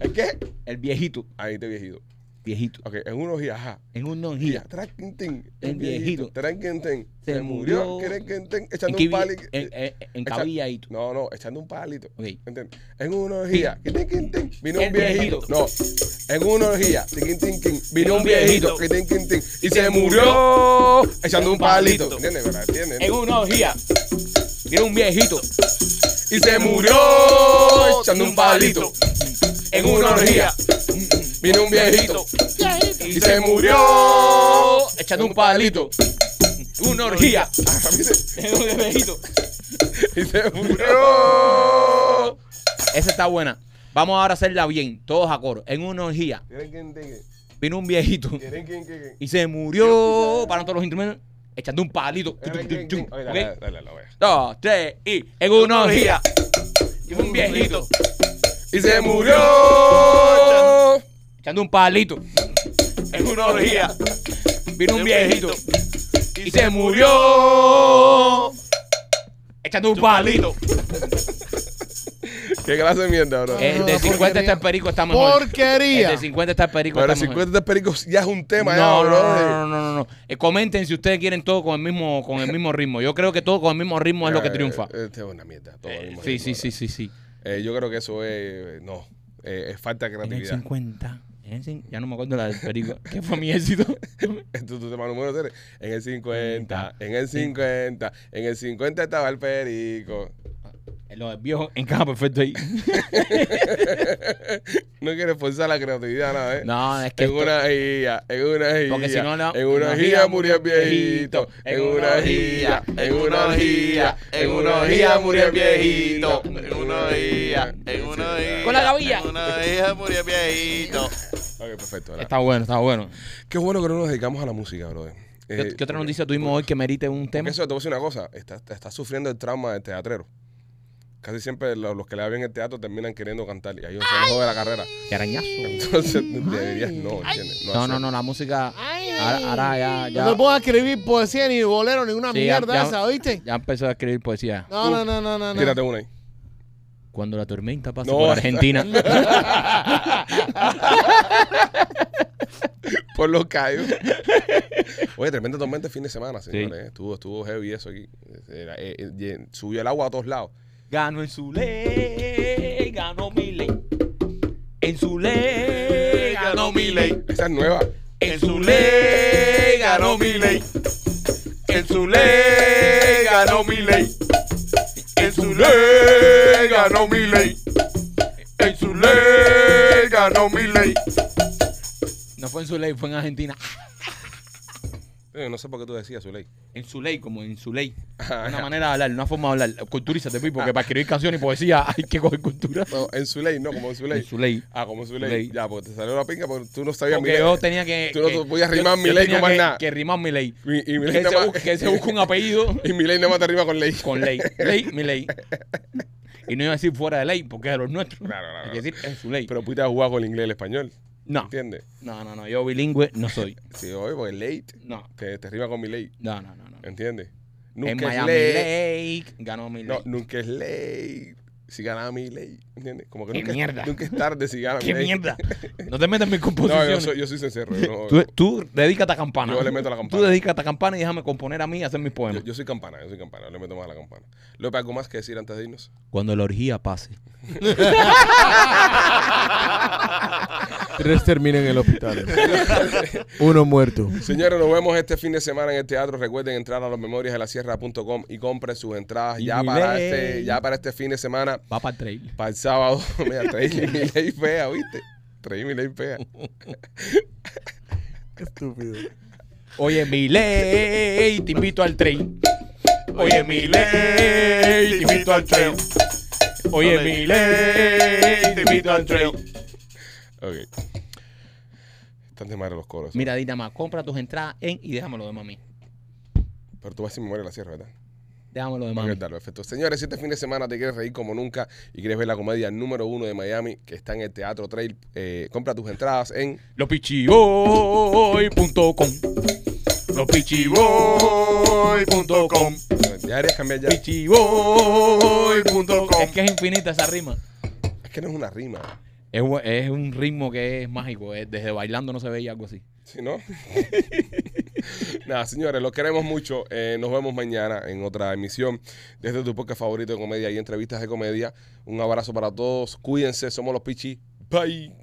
¿El qué?
el viejito,
Ahí te viejito.
viejito.
Ok, en una orgía, ajá.
En una
Orgía,
orgía.
tranquintín.
El viejito.
Tranquintín.
Se murió.
Tranquintín.
En,
Echando un
quibi-
palito.
en, en, en
Echa-
cabilladito.
No, no, echando un palito.
Ok.
¿Entiendes? En una orgía, quitín, quitín, vino un
El
viejito.
viejito.
No, en una orgía, tiquín, tin, tin, vino un viejito, quitín, quitín, y se murió echando un palito. ¿Entiendes? ¿Verdad? ¿Entiendes?
En una orgía, tiene un viejito.
Y se murió echando un palito. En una orgía, vino un viejito, y se murió
Echando un palito. Una orgía, en un viejito.
Ah, y se murió.
Esa está buena. Vamos ahora a hacerla bien, todos a coro. En una orgía
Tiquín, tin, tin,
vino un viejito
tiquín, tin, tin.
y se murió. Pararon todos los instrumentos echando un palito.
Tiquín, tin, tin. Oye, dale,
Ok.
dale, dale, la voy a-
Dos, tres y. En una orgía. Y un viejito
Y se murió.
echando un palito.
En una orgía.
Vino un viejito
Y
y se murió. Echando un palito.
Qué clase de mierda, bro.
El de 50 está el perico, está mejor. Este El
Porquería.
de 50 está el perico,
Pero
está
el
mejor.
50 de pericos ya es un tema, ya,
No, no,
bro.
no, no, no, no, no. Eh, comenten si ustedes quieren todo con el mismo, con el mismo ritmo. Yo creo que todo con el mismo ritmo es lo que
Eh,
triunfa.
Este es una mierda. todo el
Eh,
mismo
sí,
ritmo,
sí,
bro.
sí, sí, sí.
Eh, yo creo que eso es. No. Eh, es falta de
En el
creatividad.
50. en el cin- ya no me acuerdo la del perico. ¿Qué fue mi éxito?
Este es tu tema número 3. En el 50, en el 50, en el 50 estaba el perico.
El Lo del viejo encaja perfecto ahí.
No quieres forzar la creatividad, nada, ¿eh?
No, es que.
En
esto-
una guía, en una guía.
Porque si no, no-
En una
no
guía
gira,
murió el viejito. En una guía, en una guía. En una guía murió el viejito.
En una guía, en una guía.
Con la gavilla.
En una guía murió el viejito.
Ok, perfecto. dale.
Está bueno, está bueno.
Qué bueno que no nos dedicamos a la música, brother.
¿Qué,
Eh,
qué otra
porque-
noticia tuvimos hoy que merite un
porque
tema?
Eso, te voy a decir una cosa. Está, está- está sufriendo el trauma del teatrero. Casi siempre lo- los, que le hablan el teatro terminan queriendo cantar y ahí se les jode la carrera.
Qué arañazo.
Entonces, deberías no, ¿entiendes?
No, no,
hacer-
no, la música.
Ah,
Ay.
Ahora, ahora ya, ya.
No te pongas a escribir poesía ni bolero ni una
Sí, ya-
mierda
ya-
esa, ¿oíste?
Ya empezó a escribir poesía.
No, no, no, no, no. no.
Tírate una ahí.
Cuando la tormenta pasa
No,
por
esa-
Argentina.
Por los callos. Oye, tremenda tormenta el fin de semana, señores. ¿eh? Estuvo, estuvo heavy eso aquí. Era- eh, eh, llen- subió el agua a todos lados.
Ganó en su ley, ganó mi ley. En su ley, ganó mi ley.
Esa es nueva.
En su ley, ganó mi ley. En su ley, ganó mi ley. En su ley, ganó mi ley. En su ley, ganó mi ley. No fue en su ley, fue en Argentina.
Eh, no sé por qué tú decías, Zuley.
En su ley, como en su ley.
Ajá.
Una manera de hablar, una forma de hablar. Culturízate, Pi,
Ah.
porque para escribir canciones y poesía hay que coger cultura.
No, en Zuley, no, como en Zuley.
En su ley.
Ah, como en Zuley.
Zuley.
Ya, porque te salió la pinga porque tú no sabías
Porque
Milei.
yo tenía que.
Tú no
que-
te podías rimar
yo-
mi
yo
ley
tenía
con más
que-
nada.
Que rimar mi ley.
Y, y
Que
Milei
se,
nada más-
busque- que se busque un apellido
y Milei nada más te rima con ley.
con ley. Ley, mi ley. Y no iba a decir fuera de ley porque es de los nuestros.
Claro, claro,
Hay que decir, es su ley.
Pero pudiste jugar con el inglés y el español.
no,
¿Entiendes?
no, no, no. Yo bilingüe no soy.
Sí, oye, porque late
No,
te, te rima con mi ley.
no, no, no. no.
¿Entiendes?
En
es
Miami
late.
Lake ganó mi ley.
No, nunca es ley. Si ganaba mi ley, ¿entiendes? Como que
¡Qué
nunca,
mierda!
nunca es tarde si gana
¡Qué
Milei.
mierda! No te metas en mis
No,
composiciones.
yo soy, yo soy sincero. Yo, no-
Tú, tú dedícate a campana.
Yo le meto a la campana.
Tú dedícate a campana y déjame componer a mí y hacer mis
yo-
poemas.
yo soy campana, yo soy campana. Le meto más a la campana. López, ¿algo más que decir antes de irnos?
Cuando la orgía pase.
Tres terminan en el hospital. Uno muerto.
Señores, nos vemos este fin de semana en el teatro. Recuerden entrar a losmemoriasdelasierra.com y compren sus entradas
Y
ya
mi
para,
ley.
este, ya para este fin de semana.
Va para el trail.
Para el sábado. Mira, traí mi ley fea, ¿viste? Traí mi ley fea.
Estúpido.
Oye, mi ley, te invito al trail. Oye, mi ley, te invito al trail. Oye, mi ley, te invito al trail.
Ok. Están de madre los coros.
Mira, Dinama, compra tus entradas en y déjamelo de mami.
Pero tú vas sin memoria de la sierra, ¿verdad?
Déjamelo de mami.
Ok, dale, perfecto. Señores, si este fin de semana te quieres reír como nunca y quieres ver la comedia número uno de Miami que está en el Teatro Trail, eh, compra tus entradas en
Lopichiboy.com Lopichiboy.com
Ya deberías cambiar ya.
Pichiboy.com Es que es infinita esa rima.
Es que no es una rima.
Es, bu- es un ritmo que es mágico. es- desde bailando no se veía algo así.
¿Sí, no? Nada, señores, los queremos mucho. Eh, nos vemos mañana en otra emisión desde tu podcast favorito de comedia y entrevistas de comedia. Un abrazo para todos. Cuídense. Somos los Pichi. Bye.